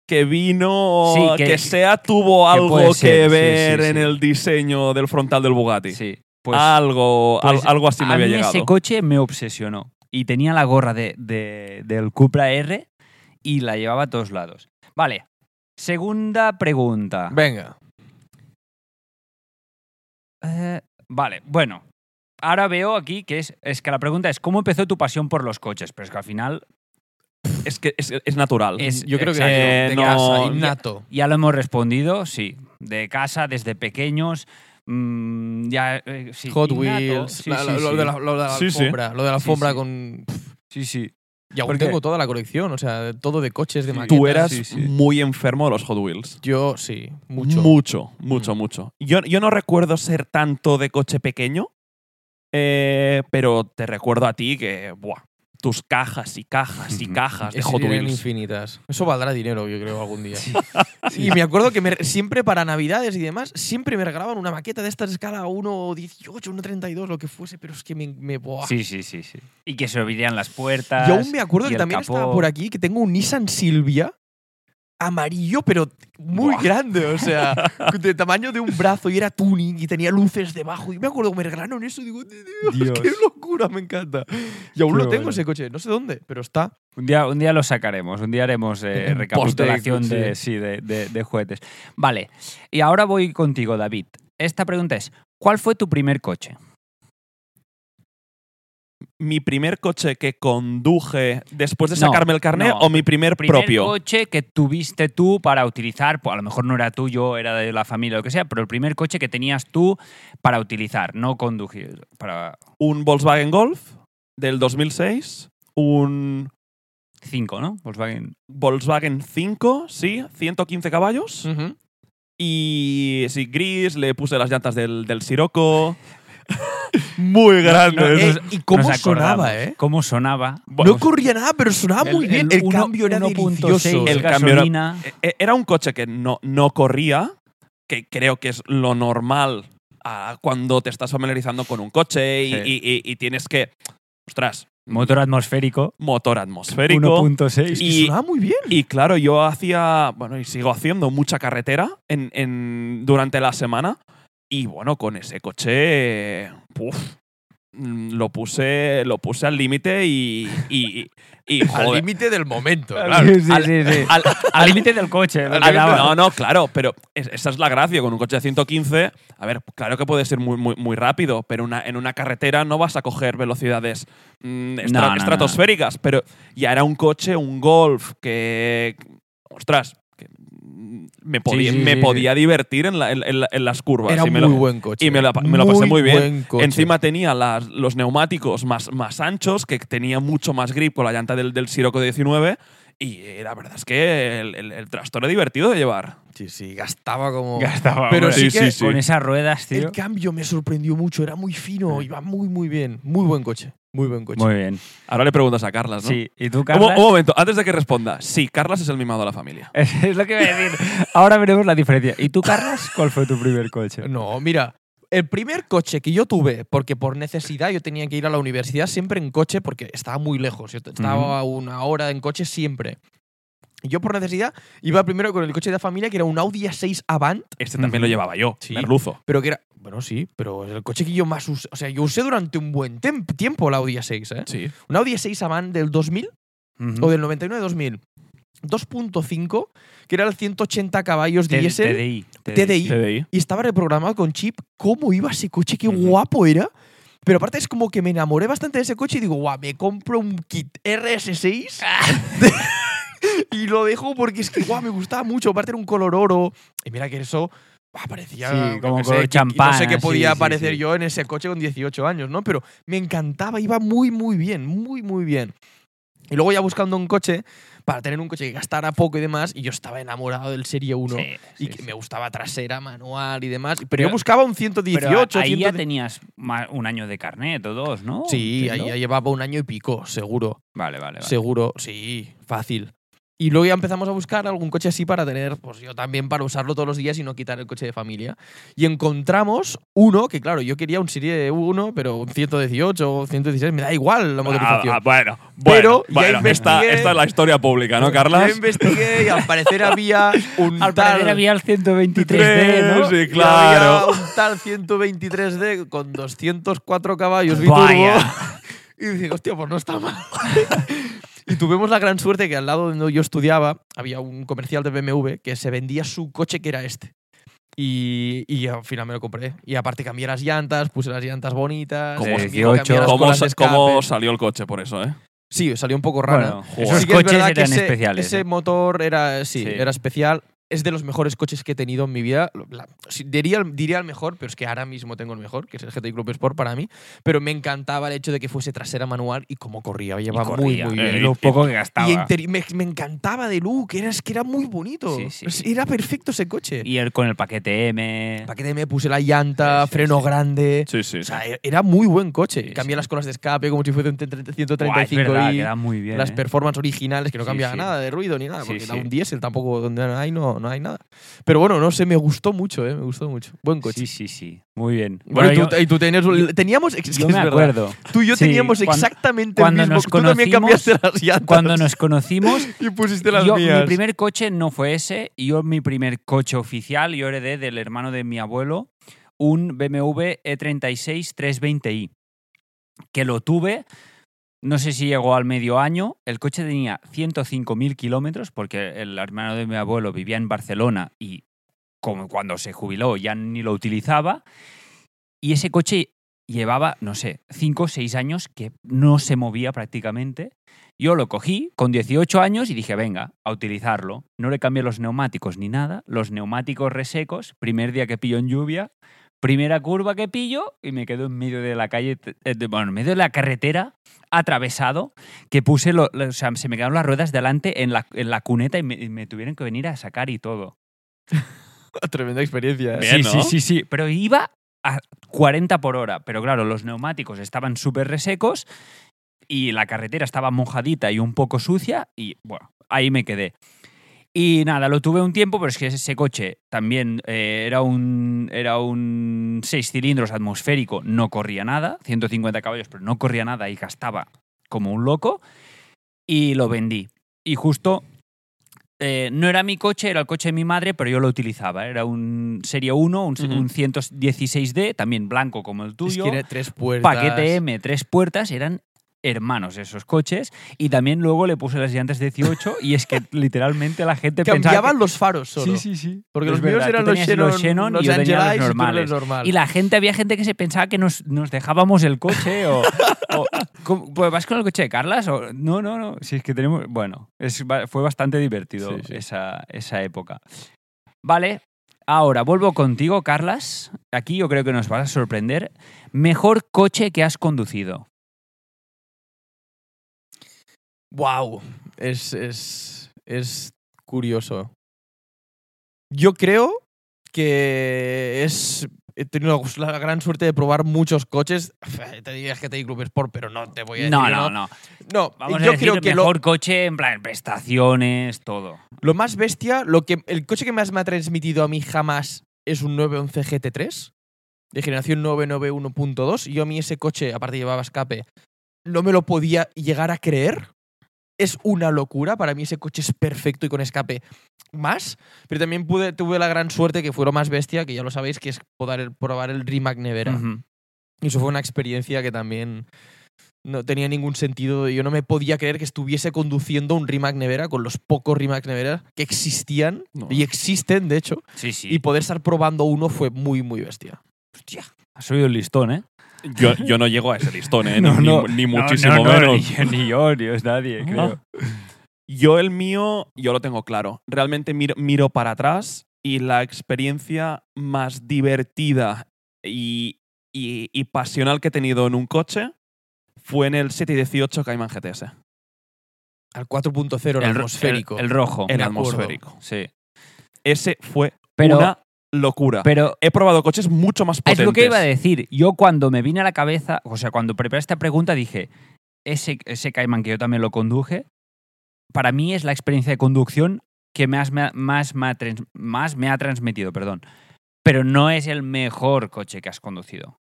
A: que vino
C: Sí,
A: que,
C: que-
A: sea tuvo
C: que
A: algo
C: puede ser,
A: que
C: sí,
A: ver
C: sí, sí.
A: en el diseño del frontal del Bugatti.
C: Sí, pues-
A: algo, al-
C: Pues
A: algo así me
C: a
A: había
C: mí
A: llegado.
C: ese coche me obsesionó. Y tenía la gorra de, de- del Cupra R y la llevaba a todos lados. Vale, segunda pregunta.
B: Venga.
C: Eh, vale, bueno. Ahora veo aquí que es, es que la pregunta es ¿cómo empezó tu pasión por los coches? Pero es que al final
A: es que es, es natural.
C: Es-
B: Yo creo que
C: exacto.
B: de
A: Eh, no,
B: casa, innato.
C: ya lo hemos respondido, sí. De casa, desde pequeños, mm, ya... eh, sí,
B: Hot
C: innato,
B: Wheels,
C: sí,
B: la-
C: sí,
B: la- lo,
C: sí.
B: De la, lo de la
A: Sí, sí.
B: alfombra, lo de la
C: Sí,
B: alfombra
C: sí.
B: con...
C: Sí, sí.
B: Y aún
C: Porque-
B: tengo toda la colección, o sea, todo de coches, de
C: Sí.
B: maquetas.
A: Tú eras
C: Sí, sí.
A: muy enfermo de los Hot Wheels.
B: Yo sí, mucho.
A: Mucho, mucho,
B: Mm.
A: mucho. Yo, yo no recuerdo ser tanto de coche pequeño, eh, pero te recuerdo a ti que, buah, tus cajas y cajas y
C: Ujú.
A: cajas de
B: Es
A: Hot
B: que tienen
A: Wheels.
B: infinitas. Eso valdrá dinero, yo creo, algún día. Y me acuerdo que me- siempre para Navidades y demás, siempre me regalaban una maqueta de esta escala 1.18, 1.32, lo que fuese, pero es que me... me- buah.
C: Sí, sí, sí, sí. Y que se abrirían las puertas.
B: Yo aún me acuerdo
C: y
B: que
C: el
B: también estaba
C: capó.
B: por aquí, que tengo un Nissan Silvia amarillo, pero muy
C: Buah.
B: grande, o sea, de tamaño de un brazo y era tuning y tenía luces debajo. Y me acuerdo que me regalaron eso y digo, Dios,
C: Dios.
B: qué locura, me encanta. Y aún
C: Qué
B: lo tengo
C: bueno.
B: ese coche, no sé dónde, pero está.
C: Un día, un día lo sacaremos, un día haremos eh,
B: Un
C: recapitulación
B: post de-
C: de, sí, de, de- de juguetes. Vale, y ahora voy contigo, David. Esta pregunta es, ¿cuál fue tu primer coche?
A: mi primer coche que conduje después de
C: No,
A: sacarme el carnet
C: no.
A: o mi primer,
C: primer
A: propio?
C: coche que tuviste tú para utilizar, pues a lo mejor no era tuyo, era de la familia o lo que sea, pero el primer coche que tenías tú para utilizar, no conducir. Para
A: Un Volkswagen Golf del 2006, un
C: cinco, ¿no? Volkswagen.
A: Volkswagen 5, sí, 115 caballos.
B: Ujú.
A: Y sí, gris, le puse las llantas del, del Sirocco. Muy grande.
C: no,
A: eso
B: Eh,
A: es-
B: y cómo
C: Nos acordamos.
B: sonaba, ¿eh?
C: ¿Cómo sonaba?
A: Bueno,
B: no corría nada, pero sonaba
C: El-
B: muy bien.
C: el
B: El,
C: uno-
B: cambio era
C: 1.6
B: delicioso.
A: El
C: de
A: cambio era-
C: gasolina.
A: e- era un coche que no, no corría, que creo que es lo normal ah, cuando te estás familiarizando con un coche y,
C: Sí.
A: y- y- y tienes que. Ostras,
C: Motor atmosférico.
A: motor atmosférico.
C: 1.6.
A: y-
B: y sonaba muy bien.
A: Y claro, yo hacía, bueno, y sigo haciendo mucha carretera en, en- durante la semana. Y bueno, con ese coche, uf, mm, lo puse, lo puse al límite y, y, y- y,
B: Al
A: joder,
B: límite del momento.
A: claro,
C: Sí, sí,
A: al-
C: sí, sí.
A: al-
C: Pues Al límite del coche. lo que
A: al-
C: daba.
A: Ah, no, no, claro, pero es- esa es la gracia. Con un coche de 115, a ver, claro que puedes ir muy, muy, muy rápido, pero una, en una carretera no vas a coger velocidades mm, estra-
C: No, no,
A: estratosféricas. Pero ya era un coche, un golf, que. Ostras, que, mm, me podía,
C: sí,
A: me
C: sí,
A: podía divertir en, la- en- en la- en las curvas.
B: Era
A: y
B: un
A: me
B: muy
A: lo-
B: buen coche.
A: y me lo- me lo pasé muy bien.
B: buen coche.
A: Encima tenía las- los neumáticos más, más anchos, que tenía mucho más grip con la llanta del, del Sirocco 19. Y eh, la verdad es que el, el, el trastorno era divertido de llevar.
B: Sí, sí, gastaba como.
C: Gastaba,
B: Pero
C: hombre.
B: sí que
C: Con esas ruedas, tío.
B: el cambio me sorprendió mucho. Era muy fino, iba muy, muy bien. Muy buen coche. Muy buen coche.
C: Muy bien.
A: Ahora le preguntas a Carlas, ¿no?
C: Sí. ¿Y tú,
A: Un, mo-
C: Carlos?
A: un momento, antes de que responda. Sí, Carlas es el mimado de la familia.
C: Es lo que iba a decir. Ahora veremos la diferencia. ¿Y tú, Carlos, cuál fue tu primer coche?
B: No, mira, el primer coche que yo tuve, porque por necesidad yo tenía que ir a la universidad siempre en coche porque estaba muy lejos, yo estaba una hora en coche siempre. Y Yo por necesidad iba primero con el coche de la familia que era un Audi A6 Avant,
A: Este también lo llevaba yo,
B: Sí.
A: merluzo.
B: pero que era, bueno, sí, pero es el coche que yo más usé, o sea, yo usé durante un buen tem- tiempo el Audi A6, ¿eh?
A: Sí.
B: Un Audi A6 Avant del 2000
C: Ujú.
B: o del 99-2000. 2.5, que era el 180 caballos
C: T-
B: diésel.
C: TDI.
B: TDI.
A: TDI.
B: y estaba reprogramado con chip. ¿Cómo iba ese coche? ¡Qué
C: Ujú.
B: guapo era! Pero aparte es como que me enamoré bastante de ese coche y digo, guau, me compro un kit RS6 y lo dejo porque es que, guau, me gustaba mucho. Aparte era un color oro. Y mira que eso bah, parecía...
C: Sí,
B: yo
C: como
B: qué
C: color
B: sé, que-
C: champán,
B: No sé qué
C: así,
B: podía
C: sí,
B: aparecer
C: sí.
B: yo en ese coche con 18 años, ¿no? Pero me encantaba, iba muy, muy bien, muy, muy bien. Y luego ya buscando un coche, para tener un coche que gastara poco y demás, y yo estaba enamorado del Serie 1
C: Sí,
B: y
C: sí,
B: que
C: sí.
B: me gustaba trasera, manual y demás. Pero,
C: Pero-
B: yo buscaba un
C: Pero
B: 118,
C: ahí ya
B: 110.
C: tenías ma- un año de carnet o dos, ¿no?
B: Sí, ahí
C: Entiendo.
B: ya llevaba un año y pico, seguro.
C: Vale, vale, vale.
B: Seguro, sí, fácil. Y luego ya empezamos a buscar algún coche así para tener, pues yo también para usarlo todos los días y no quitar el coche de familia. Y encontramos uno que, claro, yo quería un Serie 1, pero un 118 o 116, me da igual la motorización.
A: Ah, ah, bueno,
B: Pero
A: bueno,
B: ya
A: bueno, esta,
B: investigué-
A: esta es la historia pública, ¿no,
B: Yo
A: Carlas?
B: investigué y al parecer había un
C: Al
B: tal...
C: parecer había el 123D, ¿no?
A: Sí,
B: y
A: claro.
B: había un tal 123D con 204 caballos biturbo.
C: Vaya.
B: Y dije, hostia, pues no está mal. y tuvimos la gran suerte que al lado donde yo estudiaba había un comercial de BMW que se vendía su coche que era este. Y, y al final me lo compré. Y aparte cambié las llantas, puse las llantas bonitas. eh,
A: Como
B: cambié
C: 18,
B: las
A: ¿Cómo,
B: colas
A: sa-
B: de
A: cómo
B: escape.
A: salió el coche por eso, eh?
B: Sí, salió un poco rara.
C: Bueno,
A: Joder.
C: esos
B: Sí que es
C: coches
B: verdad
C: eran
B: que ese,
C: especiales.
B: Ese
C: ¿eh?
B: motor era, sí,
C: Sí.
B: era especial. Es de los mejores coches que he tenido en mi vida. La- sí, diría, el- diría el mejor, pero es que ahora mismo tengo el mejor, que es el GTI Club Sport para mí. Pero me encantaba el hecho de que fuese trasera manual y cómo corría.
C: Y
B: Lleva
C: corría,
B: muy, muy
A: eh,
B: bien.
C: y lo poco que gastaba.
B: Y interi- me, me encantaba de look, era, es que era muy bonito.
C: Sí, sí.
B: Es- Era perfecto ese coche.
C: Y el, con el paquete M.
B: ¿Para qué me puse la llanta,
C: Sí, sí,
B: freno
C: sí.
B: grande?
A: Sí, sí.
B: O sea, e- era muy buen coche.
C: Sí,
B: Cambié
C: sí.
B: las colas de escape como si fuese un 130- 135i.
C: Buah, es verdad, queda muy bien.
B: las
C: ¿eh?
B: performances originales que no
C: Sí,
B: cambiaba
C: sí.
B: nada de ruido ni nada,
C: Sí,
B: porque da
C: sí.
B: un diésel tampoco donde no hay, no, no hay nada. Pero bueno, no sé, me gustó mucho, ¿eh? me gustó mucho. Buen coche.
C: Sí, sí, sí. Muy bien.
B: Bueno, y
C: yo-
B: tú, y tú tenías.
C: yo-
B: teníamos. Es que
C: yo
B: es
C: me
B: verdad.
C: acuerdo.
B: Tú y yo
C: Sí,
B: teníamos
C: cuando-
B: exactamente
C: cuando
B: el mismo.
C: nos
B: Tú también
C: conocimos-
B: cambiaste las llantas.
C: Cuando nos conocimos,
B: Y pusiste las
C: yo,
B: mías.
C: Mi primer coche no fue ese. y Yo, mi primer coche oficial, yo heredé del hermano de mi abuelo un BMW E36 320i. Que lo tuve, no sé si llegó al medio año. El coche tenía 105.000 kilómetros, porque el hermano de mi abuelo vivía en Barcelona y como cuando se jubiló ya ni lo utilizaba. Y ese coche llevaba, no sé, 5 o 6 años que no se movía prácticamente. Yo lo cogí con 18 años y dije, venga, a utilizarlo. No le cambié los neumáticos ni nada. Los neumáticos resecos, primer día que pillo en lluvia, primera curva que pillo y me quedo en medio de la calle, eh, de- bueno, en medio de la carretera, atravesado, que puse, lo- lo- o sea, se me quedaron las ruedas delante en la, en la cuneta y me- y me tuvieron que venir a sacar y todo.
B: Tremenda experiencia. ¿eh?
A: Bien,
C: sí,
A: ¿no?
C: sí, sí, sí. Pero iba a 40 por hora. Pero claro, los neumáticos estaban súper resecos y la carretera estaba mojadita y un poco sucia. Y bueno, ahí me quedé. Y nada, lo tuve un tiempo, pero es que ese coche también eh, era, un, era un 6 cilindros atmosférico, no corría nada, 150 caballos, pero no corría nada y gastaba como un loco. Y lo vendí. Y justo eh, no era mi coche, era el coche de mi madre, pero yo lo utilizaba. Era un Serie 1, un,
A: Ujú.
C: un 116D, también blanco como el
B: Es
C: tuyo.
B: que era tres puertas.
C: Paquete M, tres puertas, eran hermanos esos coches. Y también luego le puse las llantas 18 y es que literalmente la gente pensaba...
B: Cambiaban
C: que-
B: los faros solo.
C: Sí, sí, sí.
B: Porque
C: Es
B: los míos
C: verdad,
B: eran
C: tú
B: los
C: tenías
B: Xenon,
C: y
B: los
C: yo tenía
B: Angelais y tú
C: los
B: los
C: normales.
B: normales.
C: Y la gente, había gente que se pensaba que nos, nos dejábamos el coche o... o, ¿cómo? Pues, ¿Vas con el coche de Carlas? O, no, no, no. Si es que tenemos... Bueno, es ba- fue bastante divertido
B: Sí, sí.
C: Esa, esa época. Vale, ahora vuelvo contigo, Carlas. Aquí yo creo que nos vas a sorprender. Mejor coche que has conducido.
B: Wow. Es, es, es curioso. Yo creo que es. He tenido la gran suerte de probar muchos coches. Te dirías que te di Club Sport, pero no te voy a decir.
C: No,
B: que
C: no, no.
B: No,
C: Vamos
B: yo
C: a decir
B: creo que
C: mejor coche en plan prestaciones, todo.
B: lo, lo más bestia, lo que, el coche que más me ha transmitido a mí jamás es un 911 GT3 de generación 991.2. Yo a mí ese coche, aparte llevaba escape, no me lo podía llegar a creer. Es una locura, para mí ese coche es perfecto y con escape más. Pero también pude, tuve la gran suerte que fue lo más bestia, que ya lo sabéis, que es poder probar el Rimac Nevera.
C: Ujú.
B: Y eso fue una experiencia que también no tenía ningún sentido. Yo no me podía creer que estuviese conduciendo un Rimac Nevera con los pocos Rimac Nevera que existían
A: No.
B: y existen, de hecho.
C: Sí, sí.
B: Y poder estar probando uno fue muy, muy bestia.
C: Hostia, has subido el listón, ¿eh?
A: Yo, yo no llego a ese listón, ¿eh?
C: No,
A: ni,
C: no.
A: ni muchísimo
C: No, no, no,
A: menos.
C: Ni, yo- ni yo, ni es nadie, creo.
A: Yo el mío, yo lo tengo claro. Realmente miro, miro para atrás y la experiencia más divertida y, y- y pasional que he tenido en un coche fue en el 718 Cayman GTS,
B: Al 4.0 era
C: ro-
B: atmosférico.
C: el- el rojo.
A: el
B: me acuerdo.
A: atmosférico.
C: sí.
A: Ese fue
C: Pero,
A: una locura.
C: pero
A: he probado coches mucho más
C: es
A: potentes.
C: lo que iba a decir. Yo cuando me vine a la cabeza, o sea, cuando preparé esta pregunta dije, ese, ese Cayman que yo también lo conduje, para mí es la experiencia de conducción que más me, ha- más, me ha trans- más me ha transmitido, perdón. Pero no es el mejor coche que has conducido.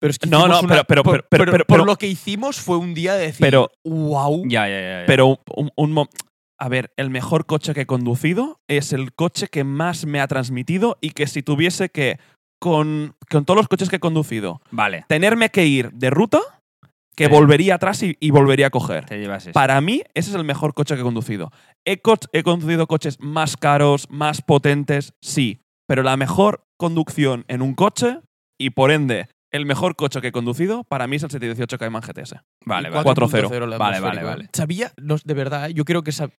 B: Pero es que
A: No,
B: hicimos
A: no,
B: una-
A: pero- pero- pero-
B: por-
A: pero- pero-
B: por
A: pero-
B: lo que hicimos fue un día de decir,
A: Pero-
B: wow.
C: Ya, ya, ya. ya.
A: Pero un, un mo- a ver, el mejor coche que he conducido es el coche que más me ha transmitido y que si tuviese que, con, con todos los coches que he conducido,
C: vale,
A: tenerme que ir de ruta, que
C: Sí.
A: volvería atrás y, y volvería a coger.
C: te llevas ese.
A: Para mí, ese es el mejor coche que he conducido. He, co- he conducido coches más caros, más potentes, sí, pero la mejor conducción en un coche y por ende el mejor coche que he conducido para mí es el 718 Cayman GTS.
C: Vale, vale.
A: 4.0.
B: 4.0 el
C: Vale, vale,
B: atmosférico.
C: vale.
B: Sabía, no, de verdad, ¿eh? yo creo que sab-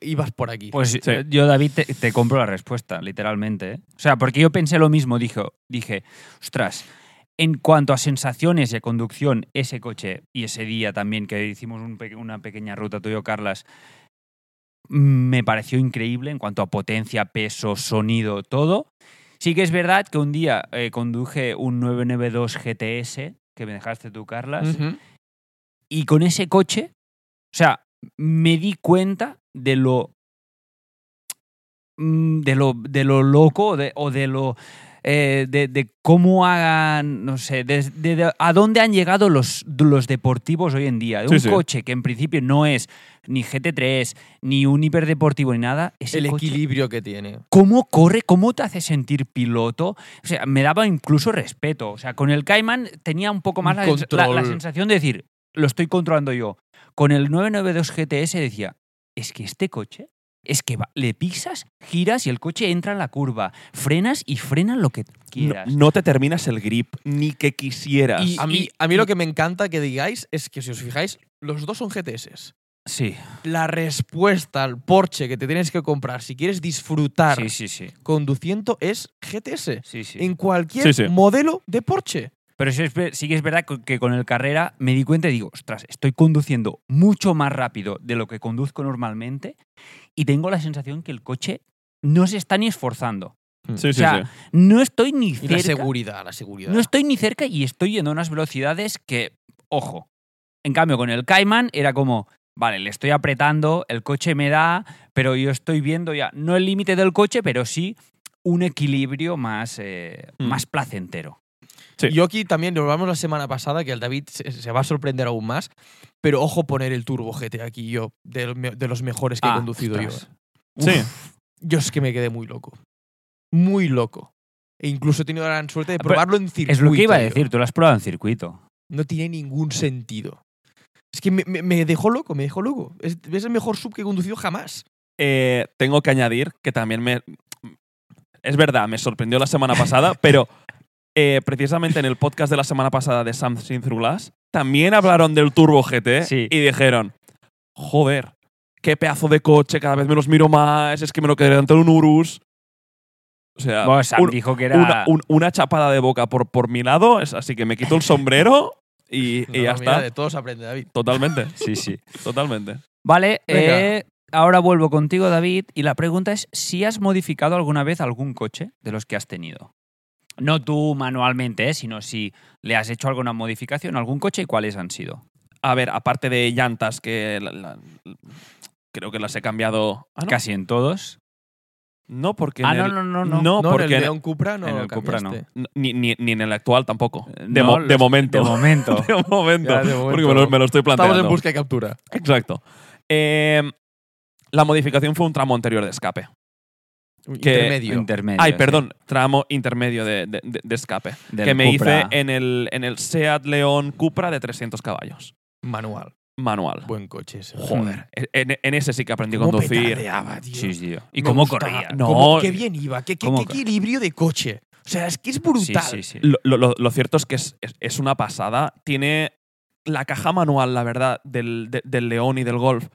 B: ibas por aquí.
C: Pues eh, yo, David, te, te compro la respuesta, literalmente. ¿eh? O sea, porque yo pensé lo mismo, dijo, dije, ostras, en cuanto a sensaciones de conducción, ese coche y ese día también que hicimos un pe- una pequeña ruta tuyo, Carlas, mm, me pareció increíble en cuanto a potencia, peso, sonido, todo. Sí que es verdad que un día eh, conduje un 992 GTS que me dejaste tú, Carlas,
B: Ujú.
C: y con ese coche, o sea, me di cuenta de lo. mm, de lo, de lo loco o de, o de lo. eh, de, de cómo hagan, no sé, de, de- de a dónde han llegado los, los deportivos hoy en día. De
A: Sí,
C: un
A: sí.
C: coche que en principio no es ni GT3, ni un hiperdeportivo, ni nada. Ese
B: el
C: coche,
B: equilibrio que tiene.
C: cómo corre, cómo te hace sentir piloto. O sea, me daba incluso respeto. O sea, con el Cayman tenía un poco más
B: Un
C: la, sens- la- la
B: control.
C: sensación de decir, lo estoy controlando yo. Con el 992 GTS decía, es que este coche es que va- le pisas, giras y el coche entra en la curva. Frenas y frenas lo que
A: No,
C: quieras.
A: no te terminas el grip, ni que quisieras.
C: Y-
B: A mí, a mí lo que me encanta que digáis es que si os fijáis, los dos son GTS.
C: Sí,
B: La respuesta al Porsche que te tienes que comprar si quieres disfrutar
C: sí, sí, sí.
B: conduciendo es GTS.
C: sí, sí.
B: En cualquier
A: Sí, sí.
B: modelo de Porsche.
C: Pero sí, es ver- sí que es verdad co- que con el carrera me di cuenta y digo, ostras, estoy conduciendo mucho más rápido de lo que conduzco normalmente y tengo la sensación que el coche no se está ni esforzando.
A: sí, sí,
C: o sea,
A: sí.
C: No estoy ni
B: Mm. Y la
C: cerca.
B: seguridad, la seguridad.
C: No estoy ni cerca y estoy yendo a unas velocidades que, ojo. En cambio, con el Cayman era como, vale, le estoy apretando, el coche me da, pero yo estoy viendo ya, no el límite del coche, pero sí un equilibrio más, eh,
A: Mm.
C: más placentero.
A: Sí.
B: Yo aquí también, lo hablamos la semana pasada, que el David se, se va a sorprender aún más. Pero ojo poner el Turbo GT aquí yo, de, de los mejores que he
C: Ah,
B: conducido
C: ostras.
B: yo. ¿eh?
A: Sí.
B: Yo es que me quedé muy loco. Muy loco. E incluso he tenido la gran suerte de
C: Ah, Pero
B: probarlo en circuito.
C: Es lo que iba a
B: tío.
C: decir, tú lo has probado en circuito.
B: No tiene ningún sentido. Es que me, me- me dejó loco, me dejó loco. Es, es el mejor sub que he conducido jamás.
A: Eh, tengo que añadir que también me. Es verdad, me sorprendió la semana pasada, pero eh, precisamente en el podcast de la semana pasada de Samsung Through Glass también hablaron del Turbo GT
C: Sí.
A: y dijeron: Joder, qué pedazo de coche, cada vez me los miro más, es que me lo quedé dentro de un Urus. O sea,
C: Bueno, Sam
A: un-
C: dijo que era.
A: una, un- una chapada de boca por, por mi lado, es así que me quito el sombrero y, y
B: No,
A: ya
B: mira,
A: está.
B: De todos aprende, David.
A: Totalmente,
C: Sí, sí.
A: totalmente.
C: Vale,
B: Venga.
C: eh, ahora vuelvo contigo, David, y la pregunta es si has modificado alguna vez algún coche de los que has tenido. No tú manualmente, eh, sino si le has hecho alguna modificación a algún coche y cuáles han sido.
A: A ver, aparte de llantas que la- la- creo que las he cambiado. Ah, no.
C: Casi en todos.
A: No, porque
C: Ah,
A: en
C: no,
A: el-
C: no, no, no.
A: no,
B: No,
A: porque
B: en el
A: en-
B: León Cupra no
C: en
B: lo
C: el Cupra no.
B: cambiaste.
A: ni, ni- ni en el actual tampoco. De,
C: No,
A: mo-
C: los-
A: de momento.
C: De momento.
A: De momento.
B: Ya, de
A: Porque
B: momento.
A: me lo, me lo estoy planteando.
B: Estamos en busca y captura.
A: Exacto. Eh, la modificación fue un tramo anterior de escape.
B: Intermedio.
C: Intermedio.
A: Ay,
C: Eh, sí,
A: perdón, tramo intermedio de, de- de- de escape.
C: del
A: que me
C: Cupra.
A: hice en el, en el Seat León Cupra de 300 caballos.
B: Manual.
A: Manual.
B: Buen coche ese.
A: Joder. E, En, en ese sí que aprendí a
B: Cómo
A: conducir.
B: petardeaba, tío.
C: Sí, sí. ¿Y
B: Me
C: cómo
B: gustaba.
C: corría?
A: No,
B: Cómo- qué bien iba. Qué, qué-
C: ¿Cómo
B: qué
C: corría?
B: equilibrio de coche. O sea, es que es
C: Sí,
B: brutal.
C: sí, sí.
A: Lo, lo- lo- lo cierto es que es, es- es una pasada. Tiene la caja manual, la verdad, del, de- del León y del Golf.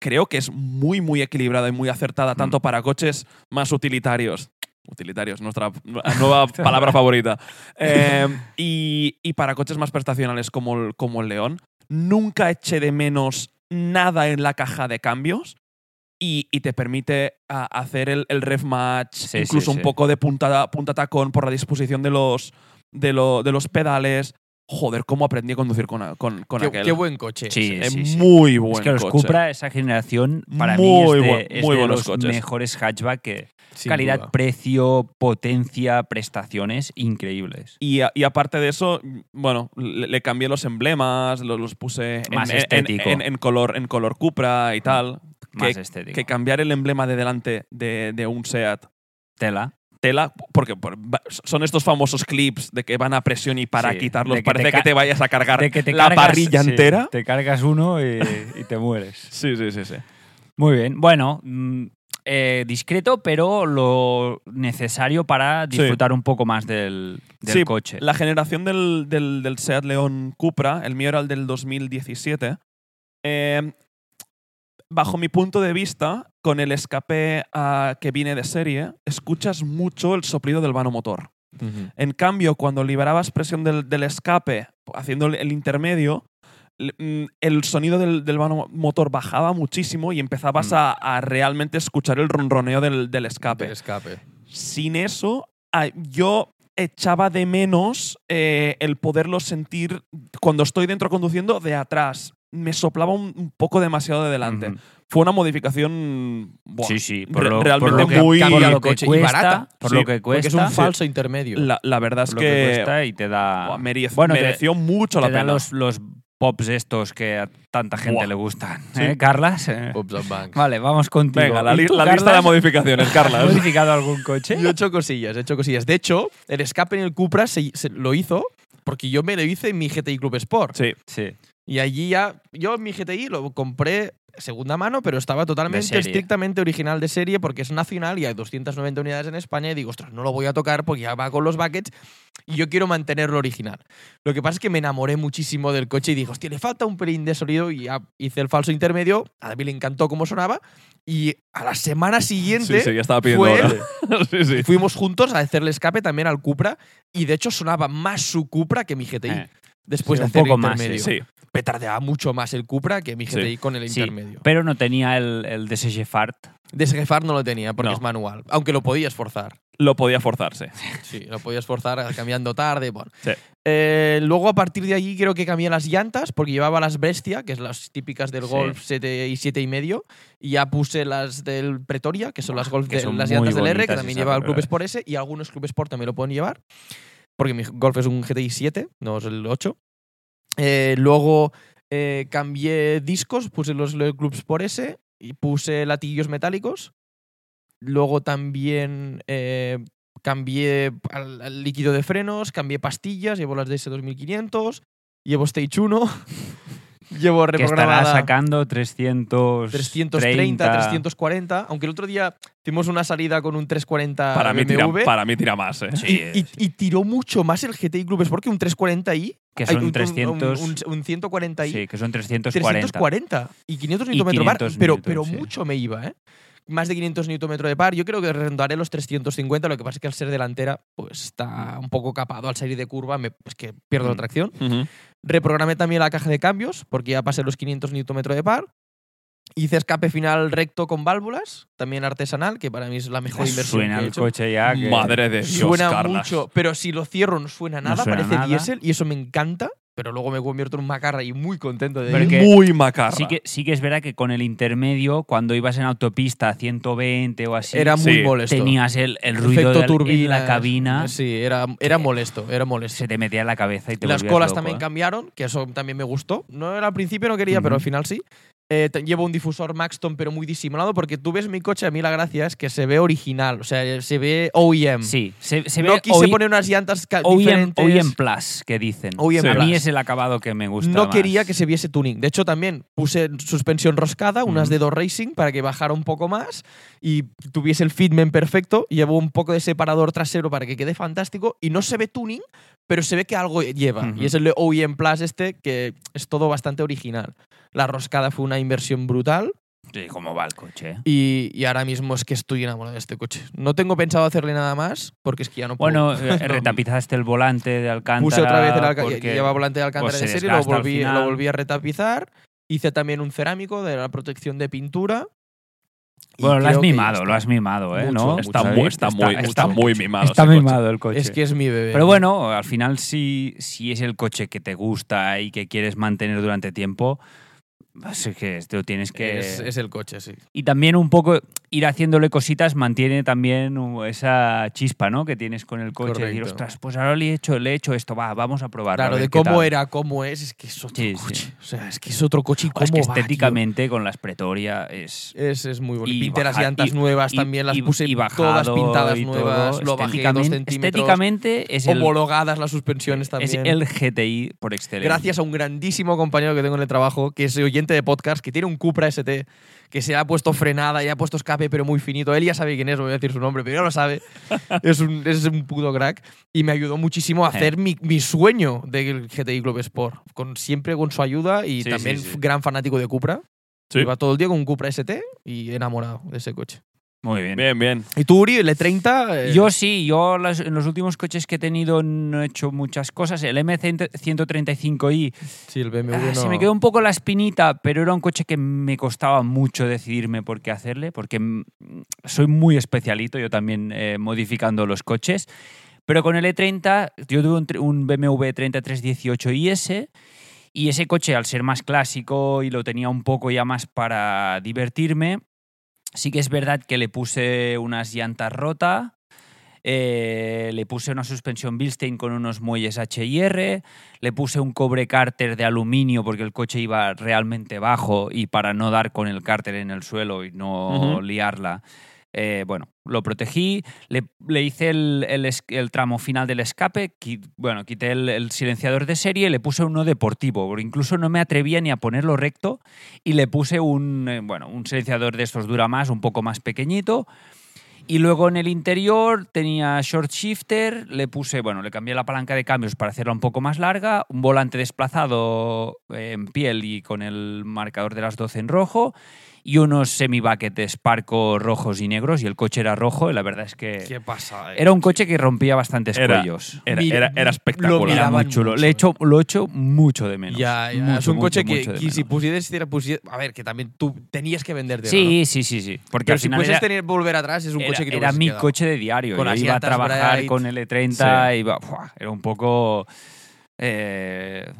A: Creo que es muy, muy equilibrada y muy acertada, tanto para coches más utilitarios. Utilitarios, nuestra nueva palabra favorita. Eh, y, y para coches más prestacionales como el, como el León. Nunca eché de menos nada en la caja de cambios y, y te permite a, hacer el, el ref match,
C: Sí,
A: incluso
C: sí,
A: un
C: sí.
A: poco de punta, punta tacón por la disposición de los, de lo- de los pedales. Joder, cómo aprendí a conducir con, a- con, con
B: Qué,
A: aquel.
B: qué buen coche.
C: Sí,
B: ese.
A: Eh,
C: sí, sí.
A: Muy buen
C: Es que los
A: coche.
C: Cupra, esa generación, para
A: Muy
C: mí es de,
A: buen-
C: es
A: muy
C: de
A: buenos
C: los
A: coches.
C: mejores hatchback que,
B: Sin
C: calidad,
B: duda.
C: precio, potencia, prestaciones increíbles.
A: Y, a- y aparte de eso, mm, bueno, le, le cambié los emblemas, lo- los, puse en-
C: Más
A: en, en-
C: estético.
A: en- en color, en color Cupra y tal.
C: Más
A: que,
C: estético.
A: que cambiar el emblema de delante de, de un SEAT
C: Tela.
A: tela, porque por- va- son estos famosos clips de que van a presión y para
C: Sí,
A: quitarlos
C: de que
A: parece
C: te
A: que
C: ca-
A: te vayas a cargar
C: De que te
A: la
C: cargas-
A: parrilla
C: sí,
A: entera.
C: Te cargas uno y, y te mueres.
A: Sí, sí, sí, sí.
C: Muy bien. Bueno, mm, eh, discreto, pero lo necesario para
A: Sí.
C: disfrutar un poco más del, del
A: Sí,
C: coche.
A: La generación del, del- del Seat León Cupra, el mío era el del 2017, eh, bajo mi punto de vista, con el escape ah, que viene de serie, escuchas mucho el soplido del vano motor. En cambio, cuando liberabas presión del, del escape, haciendo el, el intermedio, l- mm, el sonido del, del vano motor bajaba muchísimo y empezabas
C: Mm.
A: a, a realmente escuchar el ronroneo del, del
B: Del
A: escape.
B: escape.
A: Sin eso, a- yo echaba de menos eh, el poderlo sentir cuando estoy dentro conduciendo de atrás. Me soplaba un, un poco demasiado de delante.
C: Ujú.
A: Fue una modificación... buah,
C: Sí, sí. Por
A: re-
C: lo,
A: realmente
C: por lo que,
A: muy-
C: por lo que
B: coche y
C: cuesta,
B: barata.
C: Por
A: Sí,
C: lo que
B: Porque
C: cuesta.
B: es un
C: por
B: falso intermedio.
A: La, la verdad es
C: lo que
A: que...
C: cuesta y te da.
A: buah, merec-
C: Bueno, te-
A: mereció mucho la
C: te da
A: pena.
C: los, los pops estos que a tanta gente
A: Buah.
C: le gustan.
A: Sí.
C: ¿Eh, Carlas? Eh,
B: Pops and Banks.
C: Vale, vamos contigo.
A: Venga, la,
C: ¿Y
A: li-
C: tú,
A: la lista de
C: Carlas,
A: modificaciones, Carla.
C: ¿Has modificado algún coche?
B: Yo he hecho cosillas, he hecho cosillas. De hecho, el escape en el Cupra se, se- lo hizo porque yo me lo hice en mi GTI Club Sport.
A: Sí.
C: Sí.
B: Y allí ya, yo en mi GTI lo compré segunda mano, pero estaba totalmente
C: serie.
B: estrictamente original de serie porque es nacional y hay 290 unidades en España y digo, ostras, no lo voy a tocar porque ya va con los buckets y yo quiero mantenerlo original. Lo que pasa es que me enamoré muchísimo del coche y dije, hostia, le falta un pelín de sonido y ya hice el falso intermedio, a David le encantó cómo sonaba y a la semana siguiente
A: Sí, sí, ya estaba pidiendo eh,
B: fue-
A: ahora. sí, sí.
B: fuimos juntos a hacerle escape también al Cupra y de hecho sonaba más su Cupra que mi GTI.
C: Eh,
B: Después
C: sí,
B: de
C: un
B: hacer
C: poco
B: el
C: más,
B: intermedio.
A: Sí,
B: Petardeaba mucho más el Cupra que mi GTI con el
C: Sí,
B: intermedio.
C: pero no tenía el, el DSG Fart.
B: Desjefar no lo tenía porque
A: No.
B: es manual. Aunque lo podías forzar.
A: lo podía forzarse.
B: Sí, lo podías forzar cambiando tarde. bueno.
A: Sí.
B: Eh, luego a partir de allí creo que cambié las llantas porque llevaba las Brestia, que es las típicas del
C: Sí.
B: Golf 7 y 7 y medio. Y ya puse las del Pretoria, que son las Golf
C: que
B: de-
C: son
B: las
C: muy
B: llantas del R, que
C: bonitas
B: también
C: esas,
B: lleva el
C: la
B: Club
C: verdad.
B: Sport S y algunos Club Sport también lo pueden llevar. Porque mi Golf es un GTI 7, no es el 8. Eh, luego eh, cambié discos, puse los Club Sport S y puse latillos metálicos. Luego también eh, cambié al, al líquido de frenos, cambié pastillas, llevo las DS2500, llevo Stage 1, llevo
C: Que estará
B: reprogramada
C: sacando 300
B: 330, 340, aunque el otro día hicimos una salida con un 340
A: Para mí, tira,
B: BMW
A: para mí tira más, ¿eh?
C: Sí,
B: y, y- y tiró mucho más el GTI Club Sport que un 340i.
C: que
B: Ay,
C: son
B: un- un-
C: 300.
B: Un, un 140i.
C: sí, que son 340.
B: 340 y 500
C: Y
B: Nm par,
C: 500
B: pero,
C: Nm,
B: pero
C: sí.
B: mucho me iba, ¿eh? Más de 500 Nm de par, yo creo que redondaré los 350, lo que pasa es que al ser delantera, pues está un poco capado al salir de curva, me, pues que pierdo la
C: Mm.
B: tracción.
A: Ujú.
B: Reprogramé también la caja de cambios, porque ya pasé los 500 Nm de par. Hice escape final recto con válvulas, también artesanal, que para mí es la mejor inversión
C: Ah, Suena
B: que he
C: el
B: hecho.
C: coche ya. que-
A: Madre de Dios,
B: suena
A: Carlas.
B: mucho, pero si lo cierro no suena
C: No
B: nada,
C: suena
B: parece
C: nada.
B: diésel y eso me encanta, pero luego me convierto en un macarra y muy contento de
C: Pero
B: ello.
C: que-
A: Muy macarra.
C: Sí que, sí que es verdad que con el intermedio, cuando ibas en autopista a 120 o así,
B: Era muy
A: Sí,
B: molesto.
C: tenías el, el ruido
B: Efecto
C: de en
B: turbinas.
C: la cabina,
B: Sí, era, era molesto, era molesto.
C: se te metía en la cabeza y te
B: Las
C: volvías
B: colas
C: loco,
B: también
C: ¿eh?
B: cambiaron, que eso también me gustó. No era al principio, no quería, pero al
C: Ujú.
B: final sí. Eh, te- llevo un difusor Maxton, pero muy disimulado, porque tú ves mi coche, a mí la gracia es que se ve original, o sea, eh, se ve OEM.
C: Sí, se, se ve E
B: no quise
C: hoy-
B: poner unas llantas ca-
C: OEM,
B: diferentes.
C: OEM Plus, que dicen.
B: OEM
A: Sí.
C: A mí
B: Plus.
C: es el acabado que me gusta.
B: No
C: más.
B: quería que se viese tuning. De hecho, también puse suspensión roscada, unas
C: Ujú.
B: de dos Racing, para que bajara un poco más y tuviese el fitment perfecto. Llevo un poco de separador trasero para que quede fantástico. Y no se ve tuning, pero se ve que algo lleva.
C: Ujú.
B: Y es el de OEM Plus este, que es todo bastante original. La roscada fue una inversión brutal
C: Sí, cómo va el coche. ¿eh?
B: y, y ahora mismo es que estoy enamorado de este coche. No tengo pensado hacerle nada más, porque es que ya no puedo.
C: Bueno, eh, retapizaste el volante de Alcántara.
B: Puse otra vez el alcántara,
C: porque-
B: llevaba volante de alcántara
C: pues,
B: de
C: se
B: serie, lo
C: desgasta al
B: volví, lo
C: final.
B: volví a retapizar. Hice también un cerámico de la protección de pintura. y
C: Bueno, lo
B: creo
C: has
B: que ya
C: mimado,
B: está.
C: lo has mimado, ¿eh?
B: Mucho,
C: ¿No?
B: mucho.
A: Está, muy, está, muy, está, muy mimado.
C: Está
A: ese coche.
C: mimado el coche.
B: Es que es mi bebé.
C: Pero bueno, al final si, si es el coche que te gusta y que quieres mantener durante tiempo, así que te lo tienes que...
B: es, es el coche, sí.
C: Y también un poco ir haciéndole cositas mantiene también uh, esa chispa, ¿no? Que tienes con el coche. Y decir,
B: Correcto.
C: ostras, pues ahora le he hecho, le he hecho esto, va, vamos a probarlo. a
B: Claro,
C: ver
B: de
C: qué
B: cómo
C: tal".
B: era, cómo es, es que es otro
C: Sí, sí.
B: coche. O sea, es que es otro coche y
C: Es
B: cómo
C: que
B: va, tío.
C: estéticamente con las Pretoria es...
B: es, es muy bonito.
C: Y
B: Pinté las
C: baja-
B: llantas
C: y-
B: nuevas
C: y-
B: también, las
C: y-
B: puse
C: y
B: todas
C: bajado
B: pintadas
C: y todo,
B: nuevas, lo bajé dos
C: estéticamente-
B: centímetros.
C: Estéticamente es el,
B: Homologadas las suspensiones
C: es
B: también.
C: el GTI por excelencia.
B: Gracias a un grandísimo compañero que tengo en el trabajo, que es oyente de podcast, que tiene un Cupra ST, que se ha puesto frenada y ha puesto escape, pero muy finito. Él ya sabe quién es, no voy a decir su nombre, pero ya lo sabe. es, un, es un puto crack. Y me ayudó muchísimo a
C: Eh.
B: hacer mi, mi sueño del GTI Club Sport. Con, siempre con su ayuda y
C: Sí,
B: también
C: sí, sí.
B: f- gran fanático de Cupra.
A: Sí.
B: Iba todo el día con un Cupra ST y enamorado de ese coche.
C: Muy bien.
A: Bien, bien.
B: ¿Y tú, Uri, el E30? eh,
C: Yo sí, yo las- en los últimos coches que he tenido no he hecho muchas cosas. El M135i
B: Sí, el BMW
C: ah,
B: no.
C: se me quedó un poco la espinita, pero era un coche que me costaba mucho decidirme por qué hacerle, porque mm, soy muy especialito yo también eh, modificando los coches. Pero con el E30, yo tuve un, tr- un BMW 3318IS y ese coche, al ser más clásico y lo tenía un poco ya más para divertirme, sí que es verdad que le puse unas llantas rota, eh, le puse una suspensión Bilstein con unos muelles HIR, le puse un cobre cárter de aluminio porque el coche iba realmente bajo y para no dar con el cárter en el suelo y no
A: Ujú.
C: liarla, Eh, bueno, lo protegí, le, le hice el, el es- el tramo final del escape, qui- bueno, quité el, el silenciador de serie y le puse uno deportivo, porque incluso no me atrevía ni a ponerlo recto y le puse un, eh, bueno, un silenciador de estos dura más, un poco más pequeñito, y luego en el interior tenía short shifter, le puse, bueno, le cambié la palanca de cambios para hacerla un poco más larga, un volante desplazado eh, en piel y con el marcador de las 12 en rojo, y unos semi-buckets parco rojos y negros, y el coche era rojo, y la verdad es que
B: pasa? eh?
C: era un coche que rompía bastantes
A: Era-
C: cuellos.
A: Era,
B: Mira,
A: era, era
B: lo
A: espectacular.
C: Era muy
B: miraban
C: chulo.
B: mucho,
C: le he
B: eh.
C: hecho, lo he hecho mucho de menos.
B: Ya, ya, es
C: Mucho,
B: un coche
C: mucho,
B: que,
C: mucho de
B: que si
C: menos.
B: pusieras, tira- pusieras- a ver, que también tú tenías que venderte.
C: Sí, sí, sí, sí. Porque
B: Pero
C: al
B: si
C: final
B: puedes
C: era-
B: tener volver atrás, es un
C: era,
B: coche que no
C: era
B: hubieses
C: mi
B: quedado.
C: coche de diario.
B: Con
C: Yo
B: las
C: iba a
B: llantas
C: trabajar
B: Bright.
C: con L30,
A: Sí.
C: iba, ¡fua! era un poco... eh,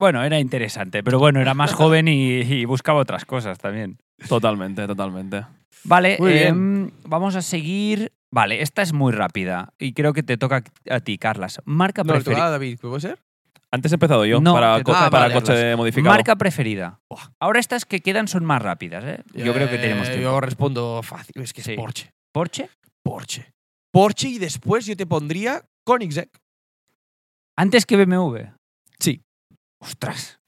C: bueno, era interesante, pero bueno, era más joven y, y buscaba otras cosas también.
A: Totalmente, totalmente.
C: Vale,
B: Muy
C: em, vamos a seguir... Vale, esta es muy rápida y creo que te toca a ti, Carlas. Marca
B: No, le tocaba
C: preferida.
B: a David, ¿qué puede ser?
A: Antes he empezado yo
C: No, Ah,
A: para,
B: te
A: co-
B: toca-
A: para
B: vale,
A: coche modificado.
C: Marca preferida. Ahora estas que quedan son más rápidas, ¿eh? Yo creo que
B: Eh,
C: tenemos tiempo.
B: Yo respondo fácil, es que es
C: Sí.
B: Porsche.
C: ¿Porsche?
B: Porsche. Porsche y después yo te pondría Koenigsegg.
C: Antes que BMW.
B: Sí.
C: Ostras.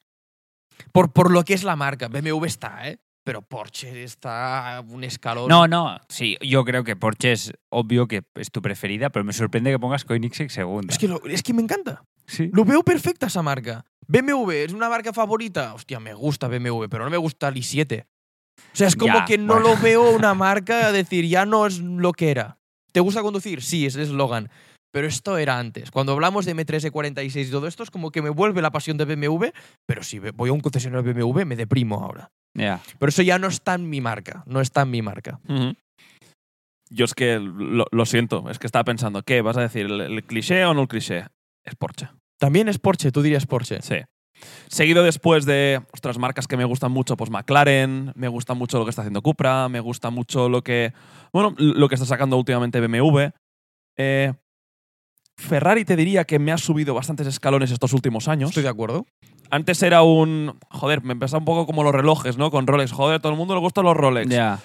B: Por, por lo que es la marca. BMW está, ¿eh? Pero Porsche está a un escalón.
C: No, no, sí, yo creo que Porsche es obvio que es tu preferida, pero me sorprende que pongas Koenigsegg segunda.
B: Es que, lo- es que me encanta.
C: sí.
B: Lo veo perfecta esa marca. BMW es una marca favorita. Hostia, me gusta BMW, pero no me gusta el i7. O sea, es como
C: Ya,
B: que no
C: bueno.
B: lo veo una marca a decir, ya no es lo que era. ¿Te gusta conducir? Sí, es el eslogan. Pero esto era antes. Cuando hablamos de M3, E46 y todo esto, es como que me vuelve la pasión de BMW, pero si ve- voy a un concesionario BMW, me deprimo ahora.
C: Ya.
B: Pero eso ya no está en mi marca. No está en mi marca.
A: Ujú. Yo es que lo, lo siento, es que estaba pensando, ¿qué? ¿Vas a decir el, el cliché o no el cliché? Es Porsche.
B: También es Porsche, tú dirías Porsche.
A: Sí. Seguido después de otras marcas que me gustan mucho, pues McLaren, me gusta mucho lo que está haciendo Cupra, me gusta mucho lo que. Bueno, lo que está sacando últimamente BMW. Eh, Ferrari te diría que me ha subido bastantes escalones estos últimos años.
B: Estoy de acuerdo.
A: Antes era un. Joder, me empezaba un poco como los relojes, ¿no? Con Rolex. Joder, todo el mundo le gustan los Rolex.
C: Ya.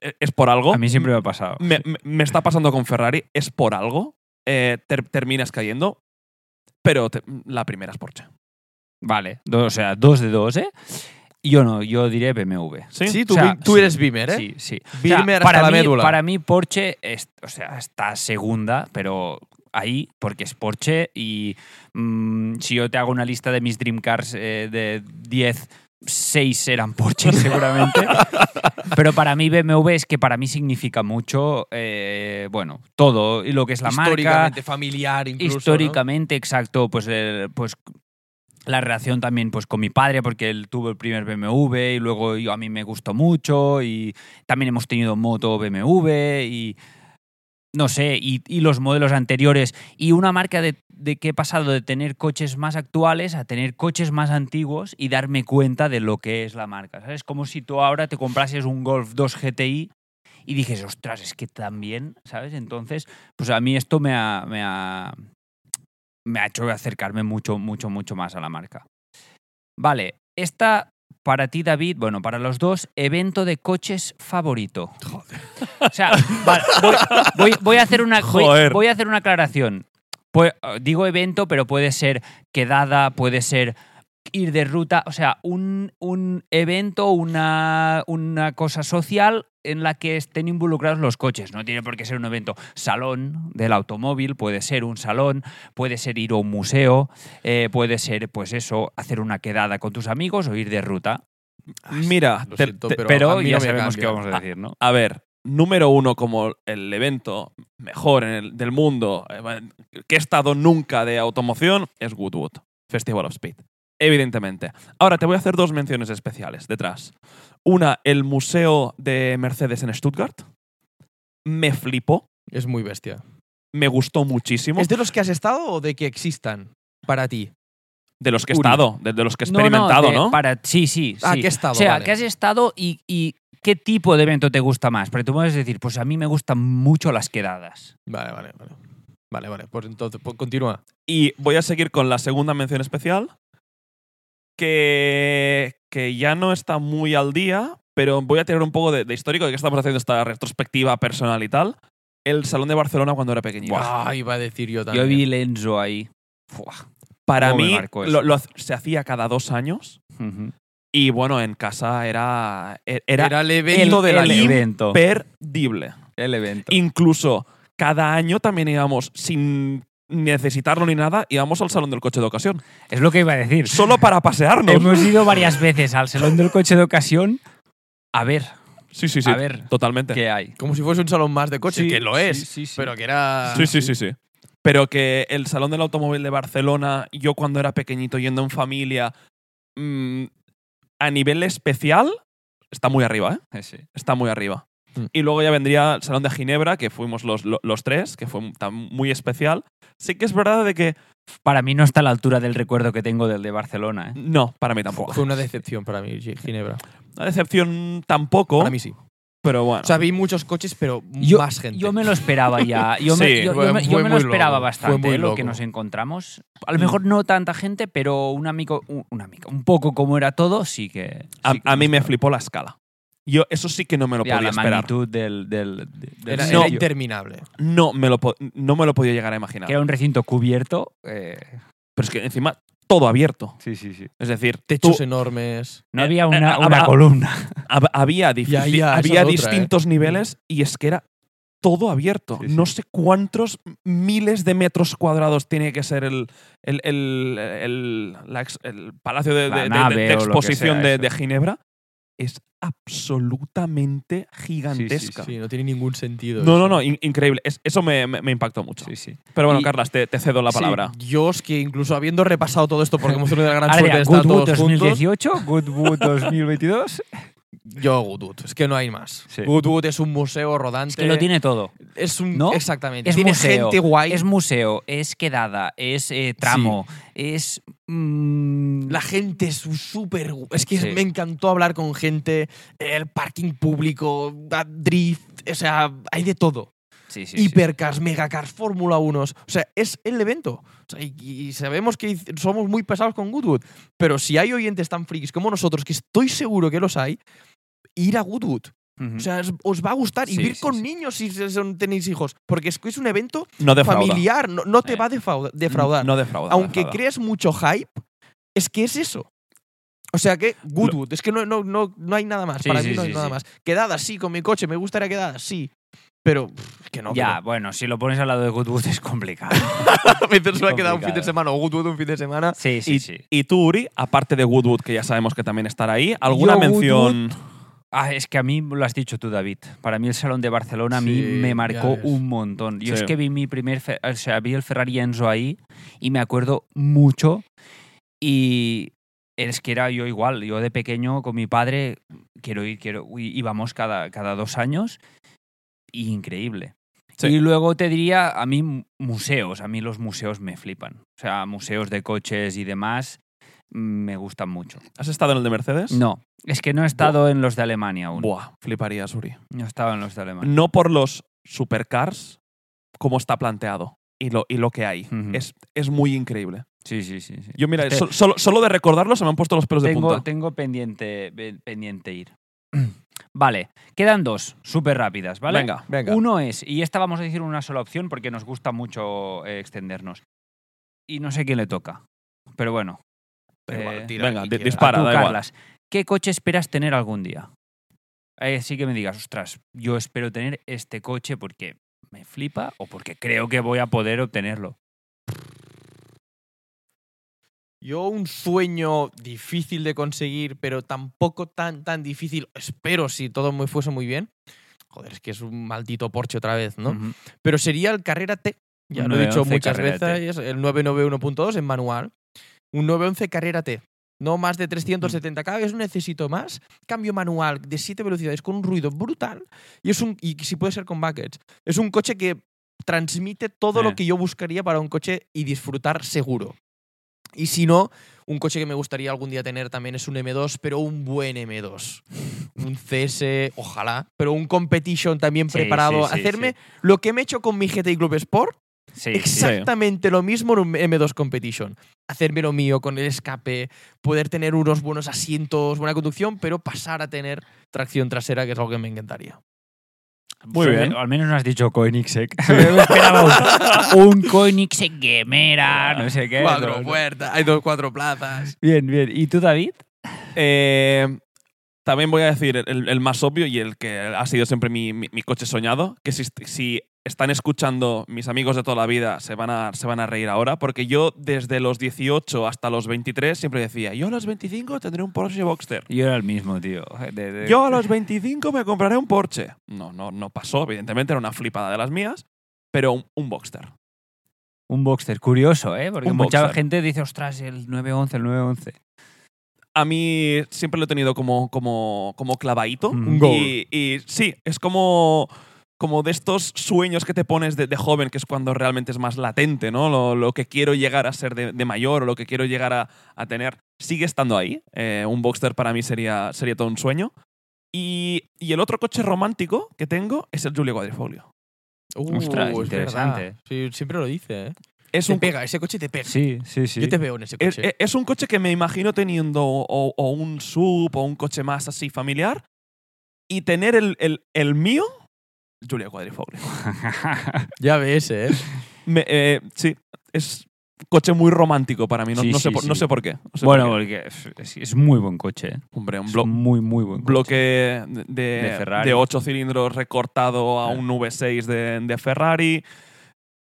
A: Eh, Es por algo.
C: A mí siempre me ha pasado.
A: me, me- me está pasando con Ferrari, es por algo. eh, ter- terminas cayendo, pero te- la primera es Porsche.
C: Vale, do- o sea, dos de dos, ¿eh? Yo no, yo diré BMW.
A: Sí,
B: Sí, tú,
C: O sea,
B: vi- tú
C: sí,
B: eres Bimer, ¿eh?
C: Sí, sí. O sea,
B: Bimer hasta
C: para,
B: la
C: mí,
B: médula.
C: para mí Porsche es- o sea, está segunda, pero ahí porque es Porsche y mm, si yo te hago una lista de mis Dream Cars eh, de 10, 6 eran Porsche seguramente. pero para mí BMW es que para mí significa mucho, eh, bueno, todo y lo que es la marca,
B: Históricamente, familiar, incluso. ¿no?
C: históricamente exacto pues el- pues la relación también pues con mi padre porque él tuvo el primer BMW y luego yo a mí me gustó mucho y también hemos tenido moto BMW y no sé y, y los modelos anteriores y una marca de, de que he pasado de tener coches más actuales a tener coches más antiguos y darme cuenta de lo que es la marca ¿sabes? es como si tú ahora te comprases un Golf 2 GTI y dijes, ostras, es que también, ¿sabes? Entonces, pues a mí esto me ha, me ha, me ha hecho acercarme mucho, mucho, mucho más a la marca. Vale, esta para ti, David, bueno, para los dos, evento de coches favorito. O sea, vale, voy, voy- voy a hacer una, voy-
A: Joder.
C: voy a hacer una aclaración. Pue- digo evento, pero puede ser quedada, puede ser ir de ruta, o sea, un, un evento, una, una cosa social en la que estén involucrados los coches. No tiene por qué ser un evento salón del automóvil, puede ser un salón, puede ser ir a un museo, eh, puede ser, pues eso, hacer una quedada con tus amigos o ir de ruta.
A: Mira,
B: Ah, Lo
A: te-
B: siento,
A: te-
B: pero,
C: Pero,
B: a mí
C: ya
B: no me Ah,
C: sabemos qué
B: cambia.
C: vamos a decir, ¿no?
A: a ver, número uno como el evento mejor en el- del mundo, eh, va- que he estado nunca de automoción, es Goodwood, Festival of Speed. Evidentemente. Ahora te voy a hacer dos menciones especiales detrás. Una, el Museo de Mercedes en Stuttgart. Me flipó,
B: Es muy bestia.
A: me gustó muchísimo.
B: ¿Es de los que has estado o de que existan para ti?
A: De los que he
C: Uri.
A: estado, de, de los que he
C: No, no,
A: experimentado,
C: de-
A: ¿no?
C: Para, sí, sí.
B: Ah,
C: sí.
B: que he estado,
C: O sea,
B: vale.
C: que has estado y, y qué tipo de evento te gusta más. Porque tú puedes decir, pues a mí me gustan mucho las quedadas.
B: Vale, vale, vale. Vale, vale. Pues entonces, pues continúa.
A: Y voy a seguir con la segunda mención especial, que, que ya no está muy al día, pero voy a tirar un poco de, de histórico de que estamos haciendo esta retrospectiva personal y tal. El Salón de Barcelona cuando era pequeñito.
B: Buah, Ah, iba a decir yo
C: Yo
B: también.
C: vi Lenzo ahí. Fuah.
A: Para
C: cómo me
A: mí,
C: marcó eso.
A: lo- lo hace- se hacía cada dos años.
C: Ujú.
A: Y bueno, en casa era, e-, era,
B: Era, el
A: el-
B: evento de la
A: el
B: ley.
C: evento.
A: perdible.
C: El evento.
A: Incluso cada año también íbamos sin necesitarlo ni nada, íbamos al salón del coche de ocasión.
C: Es lo que iba a decir.
A: Solo para pasearnos.
C: Hemos ido varias veces al salón del coche de ocasión a ver
A: Sí, sí, sí.
C: A ver.
A: Totalmente.
C: qué hay.
B: Como si fuese un salón más de coche,
C: Sí,
B: que lo
C: sí,
B: es.
C: sí, sí.
B: Pero que era.
A: Sí, sí, sí, sí. Pero que el Salón del Automóvil de Barcelona, yo cuando era pequeñito yendo en familia, mm, a nivel especial, está muy arriba, ¿eh?
C: Ese.
A: Está muy arriba.
B: Mm.
A: Y luego ya vendría el Salón de Ginebra, que fuimos los, lo- los tres, que fue un- tan- muy especial. Sí que es verdad de que...
C: Para mí no está a la altura del recuerdo que tengo del de Barcelona. ¿eh?
A: No, para mí tampoco.
B: Fue una decepción para mí, Gi- Ginebra.
A: La decepción tampoco,
B: Para mí sí.
A: pero bueno.
B: O sea, vi muchos coches, pero
C: ¿Oh? Yo-
B: más gente.
C: Yo me lo esperaba ya. Yo me,
A: Sí,
C: yo- yo
B: fue-
C: me- yo
B: fue
C: me lo
B: muy
C: esperaba
B: loco, fue
C: bastante
B: muy
C: eh, lo que
B: loco.
C: nos encontramos. A lo
A: Mm.
C: mejor no tanta gente, pero un amigo, un, un amigo, un poco como era todo, sí que.
A: a,
C: sí que
A: a mí me
C: esperaba.
A: flipó la escala. Yo eso sí que no me lo
C: Ya,
A: podía
C: la
A: esperar.
C: magnitud del. del, de- del
B: Era, era
C: sitio.
B: interminable.
A: No me, lo po- no me lo podía llegar a imaginar.
C: que era un recinto cubierto. eh,
A: Pero es que encima todo abierto.
C: sí, sí, sí.
A: Es decir,
B: Techos
A: tú-
B: enormes.
C: No
A: Eh,
C: había
A: eh,
C: una,
A: ah,
C: una
A: ah,
C: columna.
A: hab- había, difi-
B: Ya, ya,
A: había
B: esa es otra, ¿eh?
A: distintos niveles y es que era todo abierto.
C: Sí, sí.
A: No sé cuántos miles de metros cuadrados tiene que ser el, el, el- el- la ex- el palacio de,
C: La
A: de- de-
C: nave
A: de
C: o lo que
A: exposición
C: sea
A: de,
C: eso.
A: de Ginebra. Es absolutamente gigantesca.
B: Sí, no tiene ningún sentido.
A: No,
B: eso.
A: no, no, in- increíble. Es- eso me, me- me impactó mucho.
C: Sí, sí.
A: Pero bueno,
B: Y-
A: Carlas, te, te cedo la
B: Sí,
A: palabra.
B: yo es que incluso habiendo repasado todo esto, porque hemos tenido la gran
C: Ahora
B: suerte
C: ya,
B: de estar
C: Goodwood
B: todos juntos,
C: 2018, Goodwood 2022.
B: yo Goodwood. Es que no hay más.
C: Sí.
B: Goodwood es un museo rodante.
C: Eh, Es que lo tiene todo.
B: Es un.
C: ¿No?
B: Exactamente.
C: Es
B: tiene
C: museo,
B: gente guay.
C: Es museo, es quedada, es eh, tramo, es. mm,
B: La gente es un súper. gu- Es que
C: Sí.
B: me encantó hablar con gente. El parking público, a- drift. O sea, hay de todo.
C: sí, sí, sí.
B: Hipercars, megacars, Fórmula 1. O sea, es el evento. O sea, y, y sabemos que hic- somos muy pesados con Goodwood. Pero si hay oyentes tan frikis como nosotros, que estoy seguro que los hay, ir a Goodwood.
C: Ujú.
B: O sea, es- os va a gustar. y
C: Sí,
B: vivir
C: sí,
B: con
C: sí.
B: niños si se- son, tenéis hijos. Porque es que es un evento
A: No defrauda.
B: familiar. No, no te
C: Eh.
B: va a defrauda- defraudar
A: No defrauda.
B: aunque
A: defrauda.
B: crees mucho hype, es que es eso. O sea que, Goodwood, es que no, no, no, no hay nada más.
C: Sí,
B: Para
C: sí,
B: mí no hay
C: sí,
B: nada
C: sí.
B: más. Quedada, sí, con mi coche, me gustaría quedada, sí. Pero pff, es que no.
C: ya, bueno, si lo pones al lado de Goodwood es complicado.
B: pero- me pensaba que era un fin de
C: complicado. Eh,
B: semana o Goodwood un fin de semana.
C: sí, sí, sí.
A: Y tú, Uri, aparte de Woodwood, que ya sabemos que también estará ahí, ¿alguna
C: Yo,
A: mención?
C: Ah, es que a mí lo has dicho tú, David. Para mí el Salón de Barcelona a mí
B: Sí,
C: me marcó
B: ya ves.
C: un montón. Yo
A: Sí.
C: es que vi mi primer, Fe- o sea, vi el Ferrari Enzo ahí y me acuerdo mucho y es que era yo igual, yo de pequeño con mi padre quiero ir, quiero y- íbamos cada cada dos años y increíble.
A: Sí.
C: Y luego te diría, a mí mu- museos, a mí los museos me flipan. O sea, museos de coches y demás mm, me gustan mucho.
A: ¿Has estado en el de Mercedes?
C: No, es que no he estado en los de Alemania aún.
A: Buah, fliparías, Uri.
C: No estaba en los de Alemania.
A: No por los supercars, como está planteado y lo, y lo que hay.
C: Ujú.
A: es, es muy increíble.
C: Sí, sí, sí. sí.
A: Yo, mira,
C: Este-
A: so- solo, solo de recordarlo se me han puesto los pelos de
C: tengo,
A: punta.
C: tengo pendiente, pe- pendiente ir. Vale, quedan dos, súper rápidas, ¿vale?
A: Venga.
B: Venga.
C: Uno es, y esta vamos a decir una sola opción porque nos gusta mucho eh, extendernos. Y no sé quién le toca, pero bueno.
B: Pero bueno,
C: eh,
B: tira
A: venga,
B: el que
A: di-
B: quieras.
A: dispara.
C: tú,
A: da igual.
C: Carlas, ¿qué coche esperas tener algún día? Así que me digas, ostras, yo espero tener este coche porque me flipa o porque creo que voy a poder obtenerlo.
B: Yo un sueño difícil de conseguir, pero tampoco tan, tan difícil, espero si todo me fuese muy bien. Joder, es que es un maldito Porsche otra vez, ¿no?
C: Ujú.
B: pero sería el Carrera T. Ya lo he
C: 911
B: dicho muchas
C: Mm. Carrera T.
B: veces, el 991.2 en manual. Un 911 Carrera T. No más de 370 caballos, no necesito más. Cambio manual de 7 velocidades con un ruido brutal. Y, es un, y si puede ser con buckets. Es un coche que transmite todo
C: Eh.
B: lo que yo buscaría para un coche y disfrutar seguro. Y si no, un coche que me gustaría algún día tener también es un M2, pero un buen M2. Un CS, ojalá, pero un competition también
C: Sí,
B: preparado.
C: sí, sí,
B: Hacerme lo que me he hecho con mi GTI Club Sport,
C: Sí, sí.
B: exactamente lo mismo en un M2 Competition. Hacerme lo mío con el escape, poder tener unos buenos asientos, buena conducción, pero pasar a tener tracción trasera, que es algo que me encantaría.
A: Muy
C: Sobre-
A: bien.
C: Al menos no has dicho Koenigsegg. Me esperaba un, un Koenigsegg Gemera, no sé qué. no, no.
B: puertas, hay dos, cuatro plazas.
C: Bien, bien. ¿Y tú, David?
A: Eh, también voy a decir el, el más obvio y el que ha sido siempre mi, mi- mi coche soñado, que si, si están escuchando mis amigos de toda la vida se van, a, se van a reír ahora, porque yo desde los 18 hasta los 23 siempre decía, yo a los 25 tendré un Porsche Boxster.
C: Yo era el mismo, tío. De- de-
A: Yo a los 25 me compraré un Porsche. No, no, no pasó, evidentemente, era una flipada de las mías, pero un, un Boxster.
C: Un Boxster. Curioso, ¿eh? Porque
A: Un
C: mucha
A: Boxster.
C: gente dice, ostras, el 911, el 911.
A: a mí siempre lo he tenido como, como, como clavadito.
C: Mm.
B: Un goal.
A: Y, y sí, es como, como de estos sueños que te pones de, de joven, que es cuando realmente es más latente, ¿no? Lo, lo que quiero llegar a ser de, de mayor o lo que quiero llegar a, a tener, sigue estando ahí. Eh, un Boxster para mí sería, sería todo un sueño. Y, y el otro coche romántico que tengo es el Giulio Quadrifoglio.
C: Ostras, interesante.
B: Uh, Sí, siempre lo dice, ¿eh?
A: Es
B: Te
A: un, co-
B: pega, ese coche te pega.
C: Sí, sí, sí. Er,
B: Yo te veo en ese
A: es,
B: coche.
A: es- es un coche que me imagino teniendo o, o un sub o un coche más así familiar y tener el, el, el mío, Julia Cuadrifoglio.
B: ya ves, ¿eh?
A: Me- eh, sí, es un coche muy romántico para mí, no,
C: Sí,
A: no
C: sí,
A: sé, por,
C: sí.
A: no sé por qué. no sé
C: bueno,
A: por qué.
C: porque es- es, es muy buen coche. ¿eh?
A: hombre, un
C: Es
A: blo-
C: muy, muy buen coche.
A: bloque de,
C: De Ferrari.
A: 8 cilindros recortado a
C: Claro.
A: un V6 de, de Ferrari.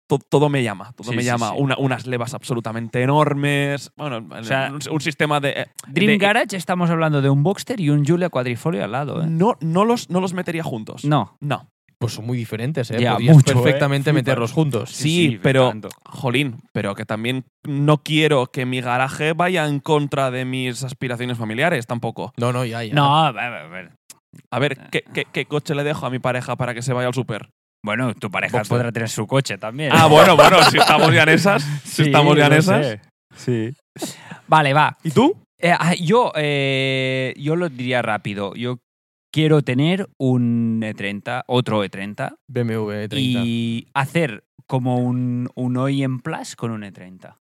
A: To- Todo, me llama, todo
C: Sí,
A: me
C: sí,
A: llama.
C: sí.
A: Una- unas levas absolutamente enormes. Bueno,
C: sea,
A: un, un sistema de. eh,
C: Dream
A: de-
C: Garage estamos hablando de un Boxster y un Julia Cuadrifolio al lado, ¿eh?
A: no, no, los, no los metería juntos.
C: No.
A: No.
B: Pues son muy diferentes, ¿eh?
C: Ya,
B: Podrías
C: mucho, ¿eh?
B: perfectamente
C: Flipa.
B: meterlos juntos.
A: Sí, pero-
C: tanto.
A: Jolín, pero que también no quiero que mi garaje vaya en contra de mis aspiraciones familiares tampoco.
B: No, no, ya, ya.
C: No, a ver, a ver.
A: A
C: Ah.
A: ver, ¿qué, qué, qué coche le dejo a mi pareja para que se vaya al súper?
C: Bueno, tu pareja
B: Boxster.
C: podrá tener su coche también.
A: Ah, bueno, bueno, si estamos ya en esas. Si estamos ya en
C: no
A: esas.
C: sé. Sí. Vale, va.
A: ¿Y tú?
C: Eh, ah, yo, eh, yo lo diría rápido. Yo quiero tener un E30, otro E30,
B: BMW E30.
C: y hacer como un, un en Plus con un E30.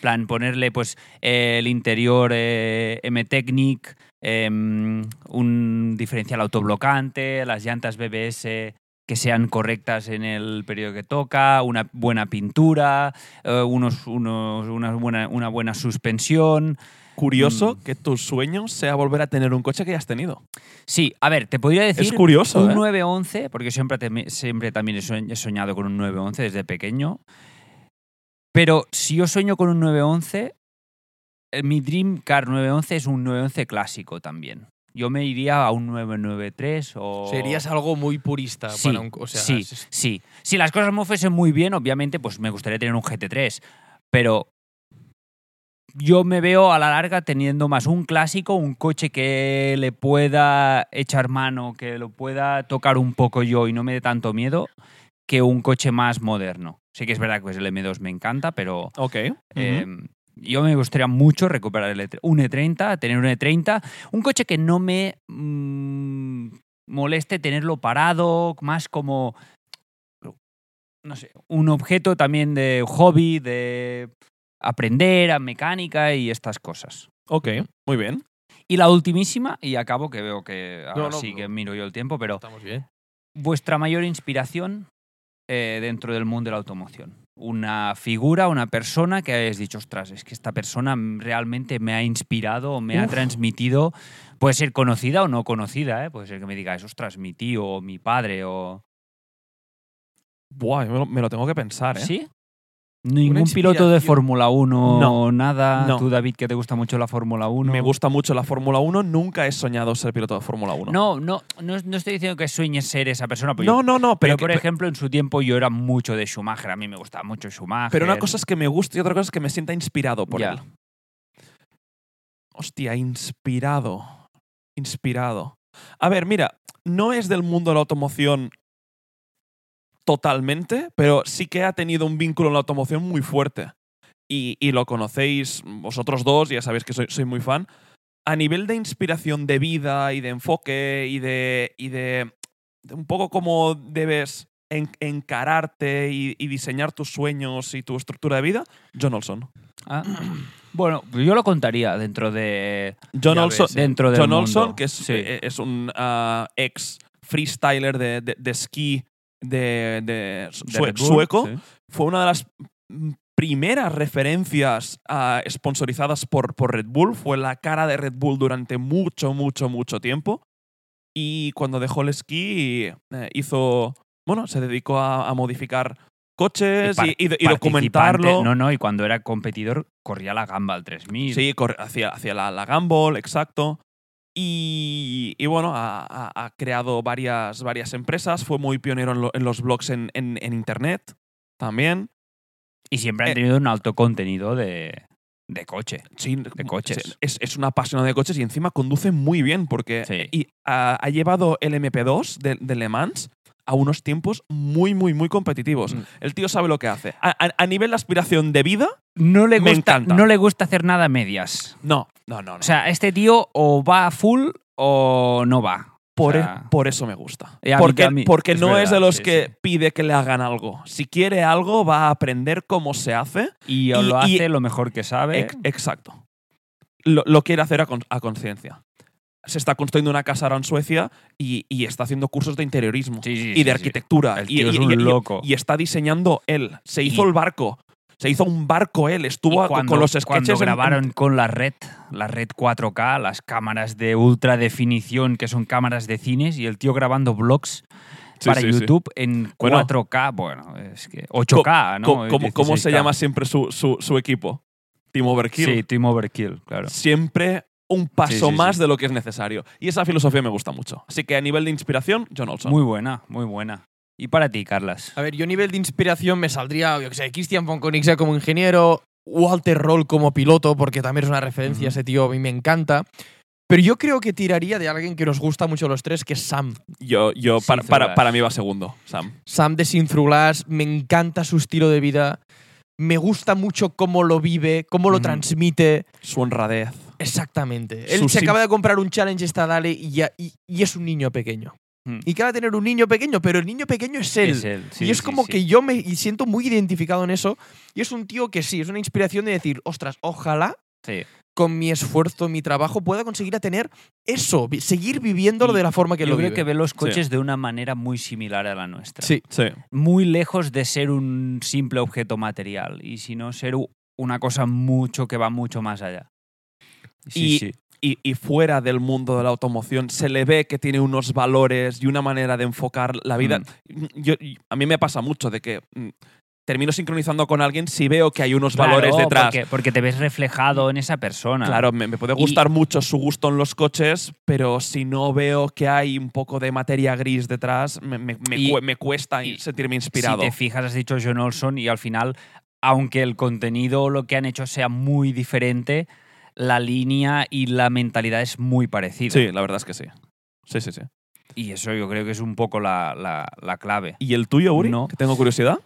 C: plan, ponerle pues eh, el interior eh, M-Technic, em, un diferencial autoblocante, las llantas BBS que sean correctas en el periodo que toca, una buena pintura, eh, unos, unos, una, buena, una buena suspensión,
A: Curioso
C: Mm.
A: que tu sueño sea volver a tener un coche que ya has tenido.
C: Sí, a ver, te podría decir
A: Es curioso,
C: un
A: ¿eh?
C: 911, porque siempre, temi- siempre también he sue- he soñado con un 911 desde pequeño. Pero si yo sueño con un 911, eh, mi Dream Car 911 es un 911 clásico también. Yo me iría a un 993 o...
B: Serías algo muy purista
C: Sí,
B: para un. O sea,
C: sí,
B: es-
C: sí. Si las cosas me fuesen muy bien, obviamente, pues me gustaría tener un GT3. Pero yo me veo a la larga teniendo más un clásico, un coche que le pueda echar mano, que lo pueda tocar un poco yo y no me dé tanto miedo, que un coche más moderno. Sí que es verdad que pues, el M2 me encanta, pero
A: Ok.
C: eh, yo me gustaría mucho recuperar el E30, un E30, tener un E30, un coche que no me mm, moleste tenerlo parado, más como, no sé, un objeto también de hobby, de aprender a mecánica y estas cosas.
A: Ok, muy bien.
C: Y la ultimísima, y acabo que veo que ahora
B: No, no,
C: sí
B: no.
C: que miro yo el tiempo, pero
B: Estamos bien.
C: vuestra mayor inspiración eh, dentro del mundo de la automoción? Una figura, una persona que hayáis dicho, ostras, es que esta persona realmente me ha inspirado o me ha
A: Uf.
C: transmitido. Puede ser conocida o no conocida, ¿eh? puede ser que me digáis, ostras, mi tío o mi padre o.
A: Buah, me lo, me lo tengo que pensar, ¿eh?
C: ¿Sí? Ningún piloto de
B: inspiración.
C: Fórmula 1
A: No,
C: o nada.
A: no.
C: Tú, David, que te gusta mucho la Fórmula 1.
A: Me gusta mucho la Fórmula 1. Nunca he soñado ser piloto de Fórmula 1.
C: No, no, no, no estoy diciendo que sueñes ser esa persona, pero, yo-
A: no, no, no,
C: pero
A: pero,
C: por ejemplo, en su tiempo yo era mucho de Schumacher. A mí me gustaba mucho Schumacher.
A: Pero una cosa es que me guste y otra cosa es que me sienta inspirado por
C: Ya.
A: él. Hostia, inspirado. Inspirado. A ver, mira, no es del mundo de la automoción totalmente, pero sí que ha tenido un vínculo en la automoción muy fuerte. Y, y lo conocéis vosotros dos, ya sabéis que soy, soy muy fan. A nivel de inspiración de vida y de enfoque y de, y de, de un poco cómo debes en- encararte y, y diseñar tus sueños y tu estructura de vida? John Olson.
C: Ah. Bueno, yo lo contaría dentro de.
A: John
B: Ya
A: Olson,
B: ves,
C: Dentro del
A: John
C: mundo.
A: Olson, que es,
C: Sí.
A: eh, es un ah, ex freestyler de, de, de esquí de, de
C: De
A: sue-
C: Red Bull,
A: sueco,
C: sí.
A: fue una de las mm, primeras referencias ah, sponsorizadas por, por Red Bull. Fue la cara de Red Bull durante mucho, mucho, mucho tiempo. Y cuando dejó el esquí, eh, hizo. Bueno, se dedicó a, a modificar coches
C: par-
A: y, y- y
C: participante-
A: documentarlo.
C: No, no, y cuando era competidor corría la gamba al 3000.
A: Sí, corre- hacia, hacia la, la Gumball, exacto. Y, y bueno, ha, ha- ha creado varias, varias empresas, fue muy pionero en, lo- en los blogs en, en- en Internet también.
C: Y siempre
A: Eh.
C: han tenido un alto contenido de, de coche.
A: Sí,
C: coches.
A: sí, Es, es un apasionado de coches y encima conduce muy bien porque
C: Sí.
A: y ha, ha llevado el MP2 de, de Le Mans a unos tiempos muy, muy, muy competitivos.
B: Mm.
A: El tío sabe lo que hace. A, a- a nivel de aspiración de vida,
C: No le,
A: Me
C: gusta,
A: encanta.
C: no le gusta hacer nada a medias.
A: no, no, no. no.
C: O sea, este tío o va a full o no va.
A: Por,
C: O
A: e-
C: sea,
A: por eso me gusta.
C: Eh, a mí
A: porque
C: también.
A: porque
C: Es
A: no es
C: verdad,
A: de los
C: sí,
A: que
C: sí.
A: pide que le hagan algo. Si quiere algo, va a aprender cómo se hace.
C: y,
A: y-
C: lo
A: y-
C: hace lo mejor que sabe.
A: Ex- exacto. Lo, lo quiere hacer a con- a conciencia. Se está construyendo una casa ahora en Suecia y, y está haciendo cursos de interiorismo
C: Sí, sí,
A: y
C: sí,
A: de
C: sí.
A: arquitectura.
C: El
A: Y,
C: tío es
A: y-
C: un
A: y- y-
C: loco.
A: y está diseñando él. Se hizo
C: Y-
A: el barco. Se hizo un barco él. Estuvo
C: Y
A: a- con los sketches.
C: cuando
A: en- en-
C: grabaron con la red, la red 4K, las cámaras de ultra definición que son cámaras de cines y el tío grabando vlogs
A: Sí,
C: para
A: sí, sí.
C: YouTube en
A: Bueno.
C: 4K, bueno, es que 8K, ¿no?
A: Co- co- ¿Cómo, cómo se
C: 16K.
A: llama siempre su, su- su equipo? Team Overkill.
C: Sí, Team Overkill, claro.
A: siempre un paso
C: Sí, sí, sí.
A: más de lo que es necesario. Y esa filosofía me gusta mucho. Así que a nivel de inspiración, John Olson.
C: Muy buena, muy buena. ¿Y para ti, Carlas?
B: A ver, yo nivel de inspiración me saldría, yo que sé, Christian von Koenigsegg como ingeniero, Walter Roll como piloto, porque también es una referencia,
C: Ujú.
B: ese tío a mí me encanta. Pero yo creo que tiraría de alguien que nos gusta mucho a los tres, que es Sam.
A: yo, yo
C: Sí,
A: para,
C: sí,
A: para-
C: vas.
A: para mí va segundo, Sam.
B: Sam de Sin Through Glass, me encanta su estilo de vida, me gusta mucho cómo lo vive, cómo lo
C: Ujú.
B: transmite.
A: Su honradez.
B: Exactamente.
A: Su
B: Él se
A: sim-
B: acaba de comprar un challenge estadale y, ya- y, y es un niño pequeño.
C: Mm.
B: Y acaba de tener un niño pequeño, pero el niño pequeño es él.
C: Es él, sí,
B: y es
C: sí,
B: como
C: sí.
B: que yo me siento muy identificado en eso. Y es un tío que sí, es una inspiración de decir, ostras, ojalá
C: Sí.
B: con mi esfuerzo, mi trabajo, pueda conseguir a tener eso, vi- seguir viviéndolo
C: Y
B: de la forma que
C: Yo
B: lo
C: creo
B: vive.
C: que ve los coches de una manera muy similar a la nuestra.
B: Sí.
A: Sí.
C: Muy lejos de ser un simple objeto material y sino ser u- una cosa mucho que va mucho más allá. Sí,
A: Y-
C: sí.
A: Y, y fuera del mundo de la automoción se le ve que tiene unos valores y una manera de enfocar la vida.
C: Mm.
A: Yo, y a mí me pasa mucho de que mm, termino sincronizando con alguien si veo que hay unos
C: Claro,
A: valores detrás.
C: Porque, porque te ves reflejado en esa persona.
A: Claro, me, me puede
C: Y-
A: gustar mucho su gusto en los coches, pero si no veo que hay un poco de materia gris detrás, me, me- me
C: Y-
A: cue- me cuesta
C: y-
A: sentirme inspirado.
C: Si te fijas, has dicho John Olson y al final, aunque el contenido o lo que han hecho sea muy diferente, la línea y la mentalidad es muy parecida.
A: Sí, la verdad es que sí. Sí, sí, sí.
C: Y eso yo creo que es un poco la, la- la clave.
A: ¿Y el tuyo, Uri?
C: No.
A: Que tengo curiosidad.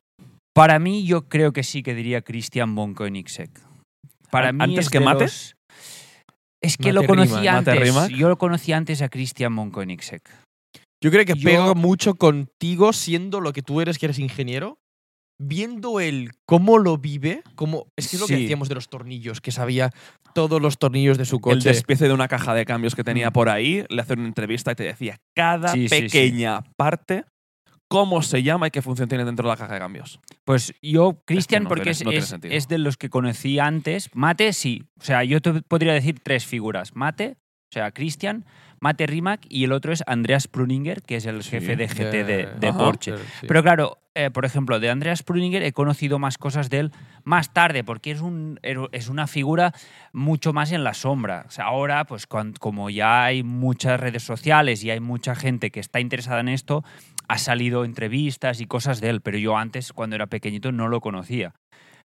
C: Para mí, yo creo que sí que diría Christian von Koenigsegg. Para
A: An-
C: mí
A: ¿antes
C: es
A: que
C: de
A: Mate?
C: los- Es
B: Mate
C: que lo conocí
B: Rima,
A: Mate
C: antes.
A: Rimac.
C: Yo lo conocí antes a Christian von Koenigsegg.
B: Yo creo que
C: Yo-
B: pega mucho contigo siendo lo que tú eres, que eres ingeniero. Viendo él cómo lo vive, cómo, es que es lo que
C: Sí.
B: decíamos de los tornillos, que sabía todos los tornillos de su
A: El
B: coche.
A: despiece de una caja de cambios que tenía
C: Mm.
A: por ahí, le hacen una entrevista y te decía cada
C: Sí, sí, sí.
A: pequeña parte cómo se llama y qué función tiene dentro de la caja de cambios.
C: Pues yo, Cristian,
A: no
C: porque
A: tiene-
C: es,
A: no tiene
C: es-
A: sentido.
C: es de los que conocí antes. Mate, sí. O sea, yo te podría decir tres figuras. Mate, o sea, Cristian, Mate Rimac y el otro es Andreas Pruninger, que es el
A: Sí.
C: jefe de GT de, de
A: Ajá.
C: Porsche. Pero claro, eh, por ejemplo, de Andreas Pruninger he conocido más cosas de él más tarde, porque es, un, ero- es una figura mucho más en la sombra. O sea, ahora, pues cuan- como ya hay muchas redes sociales y hay mucha gente que está interesada en esto, ha salido entrevistas y cosas de él, pero yo antes, cuando era pequeñito, no lo conocía.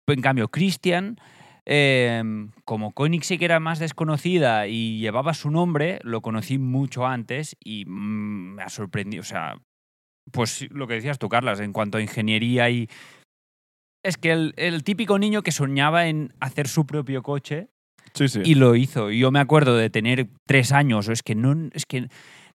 C: En cambio, Christian, eh, como Koenigsegg era más desconocida y llevaba su nombre, lo conocí mucho antes y mm, me ha sorprendido. O sea, pues sí, lo que decías tú, Carlas, en cuanto a ingeniería y... Es que el, el típico niño que soñaba en hacer su propio coche
A: Sí, sí.
C: y lo hizo. Y yo me acuerdo de tener tres años, o es que no, es que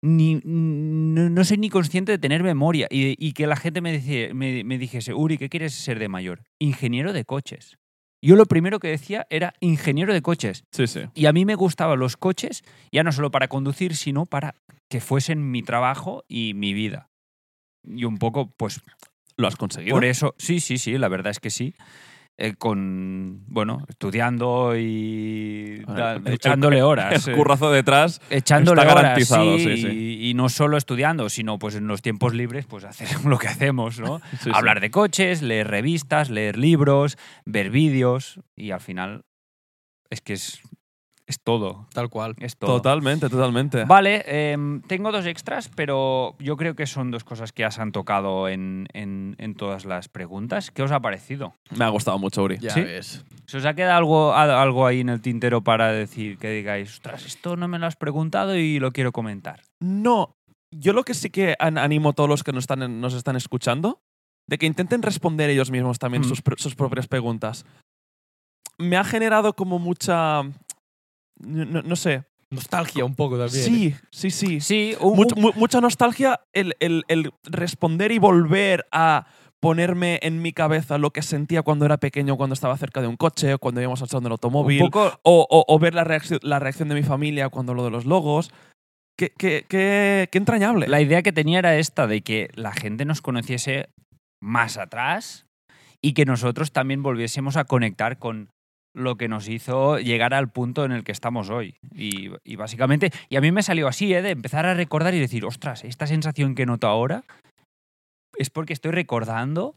C: ni, no, no soy ni consciente de tener memoria y, y que la gente me, dice- me, me dijese, Uri, ¿qué quieres ser de mayor? Ingeniero de coches. Yo lo primero que decía era ingeniero de coches.
A: Sí, sí.
C: Y a mí me gustaban los coches, ya no solo para conducir, sino para que fuesen mi trabajo y mi vida. Y un poco, pues
A: ¿Lo has conseguido?
C: por eso, sí, sí, sí, la verdad es que sí. Eh, con, bueno, estudiando y
A: Ahora,
C: da-
A: el- el-
C: echándole horas.
A: El
C: eh,
A: currazo detrás.
C: echándole
A: está
C: horas,
A: garantizado, sí,
C: y- Y, no solo estudiando, sino pues en los tiempos libres, pues hacer lo que hacemos, ¿no?
A: Sí, sí.
C: Hablar de coches, leer revistas, leer libros, ver vídeos y al final es que es, es todo.
B: Tal cual.
C: Es todo.
A: Totalmente, totalmente.
C: Vale, em, tengo dos extras, pero yo creo que son dos cosas que ya se han tocado en, en- en todas las preguntas. ¿Qué os ha parecido?
A: Me ha gustado mucho, Uri.
B: Ya
C: ¿Sí?
B: ves.
C: ¿Se os ha quedado algo, a- algo ahí en el tintero para decir que digáis, ostras, esto no me lo has preguntado y lo quiero comentar?
A: No, yo lo que sí que an- animo a todos los que nos están, en- nos están escuchando, de que intenten responder ellos mismos también
C: Mm.
A: sus, pr- sus propias preguntas. Me ha generado como mucha... No, no sé.
B: Nostalgia un poco también.
A: Sí, sí, sí.
C: Sí, un-
A: Much- mu- mucha nostalgia el, el- el responder y volver a ponerme en mi cabeza lo que sentía cuando era pequeño, cuando estaba cerca de un coche, o cuando íbamos saltando el
C: un
A: automóvil,
C: poco
A: o, o- o ver la, reacci- la reacción de mi familia cuando lo de los logos. Qué, qué- qué- qué entrañable.
C: La idea que tenía era esta, de que la gente nos conociese más atrás y que nosotros también volviésemos a conectar con lo que nos hizo llegar al punto en el que estamos hoy. Y, y básicamente, y a mí me salió así, ¿eh? de empezar a recordar y decir, ostras, esta sensación que noto ahora es porque estoy recordando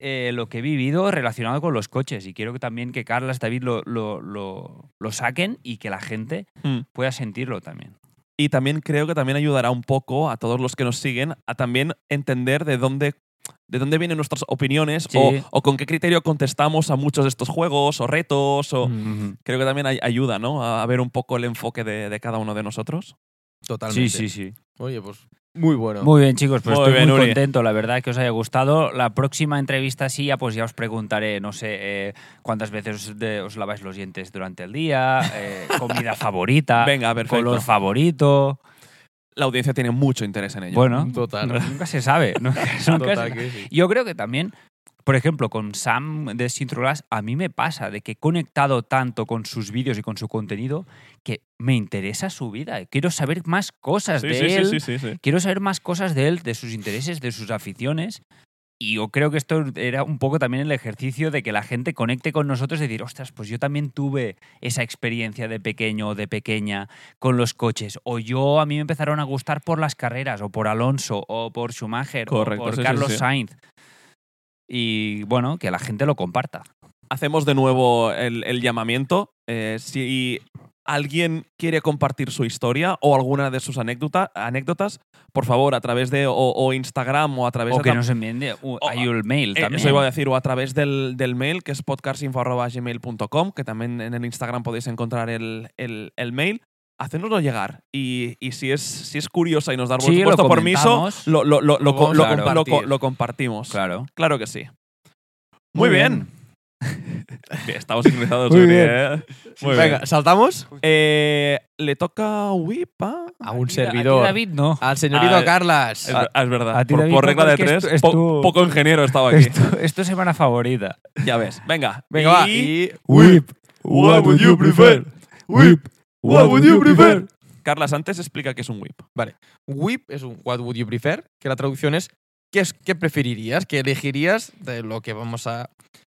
C: eh, lo que he vivido relacionado con los coches. Y quiero que también que Carlas, David lo, lo- lo- lo saquen y que la gente
A: Mm.
C: pueda sentirlo también.
A: Y también creo que también ayudará un poco a todos los que nos siguen a también entender de dónde, de dónde vienen nuestras opiniones
C: Sí.
A: o, o con qué criterio contestamos a muchos de estos juegos o retos. O...
B: Mm,
A: Creo que también ay- ayuda, ¿no? A a ver un poco el enfoque de, de cada uno de nosotros.
B: Totalmente.
C: Sí, sí, sí.
B: Oye, pues muy bueno.
C: Muy bien, chicos, pues
A: Muy
C: estoy
A: bien,
C: muy
A: Uri.
C: contento, la verdad, que os haya gustado. La próxima entrevista sí, ya pues ya os preguntaré, no sé, eh, cuántas veces os, de- os laváis los dientes durante el día, eh, comida favorita,
A: Venga, perfecto.
C: color favorito.
A: La audiencia tiene mucho interés en ello.
C: Bueno,
B: Total.
C: no- nunca se sabe. nunca- nunca se-
B: Total que sí.
C: Yo creo que también, por ejemplo, con Sam de Sintrolas, a mí me pasa de que he conectado tanto con sus vídeos y con su contenido que me interesa su vida. Quiero saber más cosas de él.
A: sí, sí.
C: quiero saber más cosas de él, de sus intereses, de sus aficiones. Y yo creo que esto era un poco también el ejercicio de que la gente conecte con nosotros y decir, ostras, pues yo también tuve esa experiencia de pequeño o de pequeña con los coches. O yo, a mí me empezaron a gustar por las carreras, o por Alonso, o por Schumacher,
A: Correcto,
C: o por
A: sí, sí,
C: Carlos
A: sí.
C: Sainz. Y bueno, que la gente lo comparta.
A: Hacemos de nuevo el, el llamamiento. Eh, si alguien quiere compartir su historia o alguna de sus anécdota- anécdotas, por favor, a través de o, o Instagram o a través
C: O
A: de
C: que
A: tam-
C: nos envíen uh, un
A: o-
C: mail
A: Eh,
C: también.
A: Eso iba a decir, o a través del, del mail, que es podcastinfo.gmail.com, que también en el Instagram podéis encontrar el, el- el mail. Hacénoslo llegar. Y, y si, es, si es curiosa y nos da
C: Sí, lo
A: vuestro permiso,
C: comentamos.
A: lo, lo, lo, lo,
B: Lo vamos
A: lo-
B: a
A: lo- lo-
B: compartir.
A: lo compartimos. Claro.
C: Claro.
A: que sí. Muy, bien. Estamos sincronizados,
B: Muy
A: Uri,
B: bien.
A: ¿eh? Muy
B: Venga,
A: bien.
B: ¿saltamos?
A: Eh, le toca a Wipa.
B: A un
C: Aquí-
B: servidor.
C: aquí David no.
B: Al señorito
A: Ah,
B: Carlas.
A: Es, ver- es verdad.
C: a ti,
A: por,
C: David,
A: por
C: no,
A: regla de
C: porque
A: tres,
C: es tu- es
A: po-
C: tu-
A: poco ingeniero estaba aquí.
C: Esto, esto es semana favorita.
A: Ya ves. Venga.
B: Venga, va.
A: y-
B: Y...
A: Whip, what would you prefer? Whip, what would you prefer? Carlas, antes explica qué es un whip.
B: Whip es un What would you prefer, que la traducción es ¿qué, es ¿qué preferirías? ¿Qué elegirías de lo que vamos a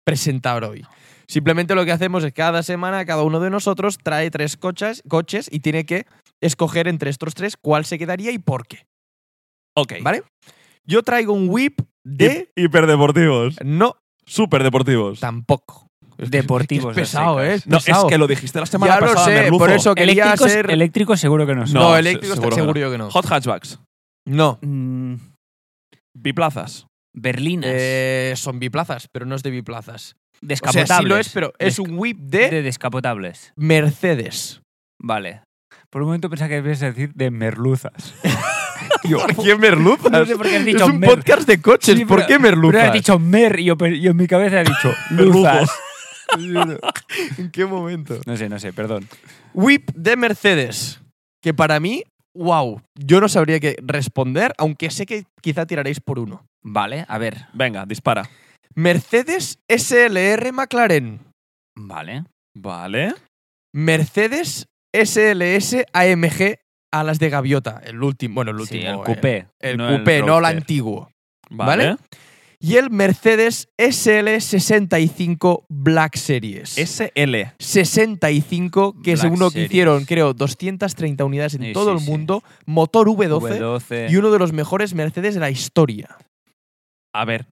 B: presentar hoy? Simplemente lo que hacemos es cada semana cada uno de nosotros trae tres coches, coches y tiene que escoger entre estos tres cuál se quedaría y por qué,
A: Ok.
B: ¿vale? Yo traigo un whip de...
A: Hi- Hiperdeportivos.
B: No,
A: Superdeportivos.
B: tampoco. Es que-
C: Deportivos
B: es que Es pesado,
C: a
B: ¿eh?
C: secas.
B: Es
A: No,
B: pesado.
A: es que lo dijiste la semana
B: Ya lo
A: pasada,
B: sé,
A: Merluzo.
B: por eso quería
C: eléctricos,
B: ser...
C: eléctricos seguro que no. son.
B: No,
A: No, se-
B: eléctricos
A: seguro
B: seguro,
A: que no.
B: que no.
A: Hot hatchbacks,
B: No.
C: Mm,
A: biplazas.
C: berlinas.
B: Eh, son biplazas, pero no es de biplazas. O sea,
C: descapotables.
B: sí lo es, pero es
C: Desc-
B: un whip
C: de...
B: de
C: descapotables.
B: Mercedes.
C: Vale. Por un momento pensaba que ibas a decir de merluzas. Yo-
B: qué merluzas?
C: No sé por qué has dicho
B: es un
C: mer.
B: podcast de coches.
C: Sí,
B: ¿Por
C: pero-
B: qué
C: Pero
B: merluzas?
C: has dicho mer y yo, pe- yo en mi cabeza he dicho luzas.
B: ¿En qué momento?
C: No sé, no sé, perdón.
B: Whip de Mercedes. Que para mí wow, yo no sabría qué responder, aunque sé que quizá tiraréis por uno.
C: Vale, a ver.
A: Venga, dispara.
B: Mercedes SLR McLaren.
C: Vale.
A: Vale.
B: Mercedes SLS AMG alas de gaviota. El último, bueno, el
C: Sí,
B: último.
C: el
B: eh,
C: coupé.
B: el
C: no
B: coupé, no el
C: roadster.
B: antiguo.
A: Vale.
B: ¿Vale? Y el Mercedes SL65 Black Series.
A: SL.
B: 65, que es
C: Black
B: uno que
C: Series.
B: hicieron, creo, 230 unidades en
C: Sí,
B: todo
C: sí,
B: el
C: sí.
B: mundo, motor V12,
C: V12.
B: y uno de los mejores Mercedes de la historia.
A: A ver.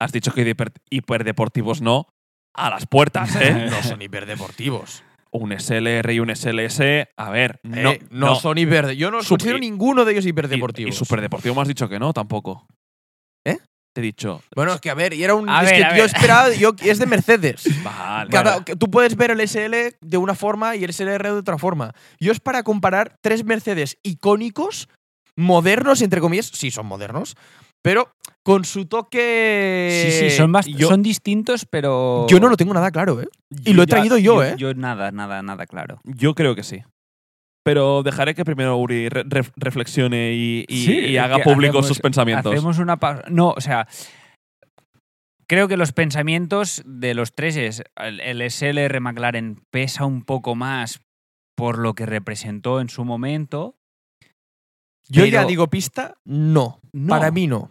A: Has dicho que de hiper- hiperdeportivos no. A las puertas, ¿eh?
B: No son hiperdeportivos.
A: un SLR y un SLS. A ver. No,
B: No, Eh, no, son hiper. Yo no
A: Sup-
B: considero
A: y-
B: ninguno de ellos
A: Y-
B: hiperdeportivos.
A: Y, superdeportivo me has dicho que no, tampoco.
B: ¿Eh?
A: Te he dicho.
B: bueno, es que a ver, y era un.
C: A
B: es
C: ver,
B: que
C: a
B: yo
C: ver.
B: esperaba. Yo, es de Mercedes.
A: Vale.
B: Cada-
A: Vale.
B: que tú puedes ver el SL de una forma y el SLR de otra forma. Yo es para comparar tres Mercedes icónicos, modernos, entre comillas, sí son modernos, pero con su toque.
C: Sí, sí, son, más,
B: eh, Yo,
C: son distintos, pero.
B: yo no lo tengo nada claro, ¿eh? Y lo he
A: Ya-
B: traído yo, ¿eh?
C: Yo nada, nada, nada, claro.
A: Yo creo que sí. Pero dejaré que primero Uri re- ref- reflexione y, y-
C: Sí,
A: y
C: es
A: haga
C: que
A: públicos
C: hacemos-
A: sus pensamientos.
C: Hacemos una pausa. No, o sea. Creo que los pensamientos de los tres es. El, el SLR McLaren pesa un poco más por lo que representó en su momento.
B: Yo ya
C: pero-
B: digo pista, no.
C: No,
B: Para mí no.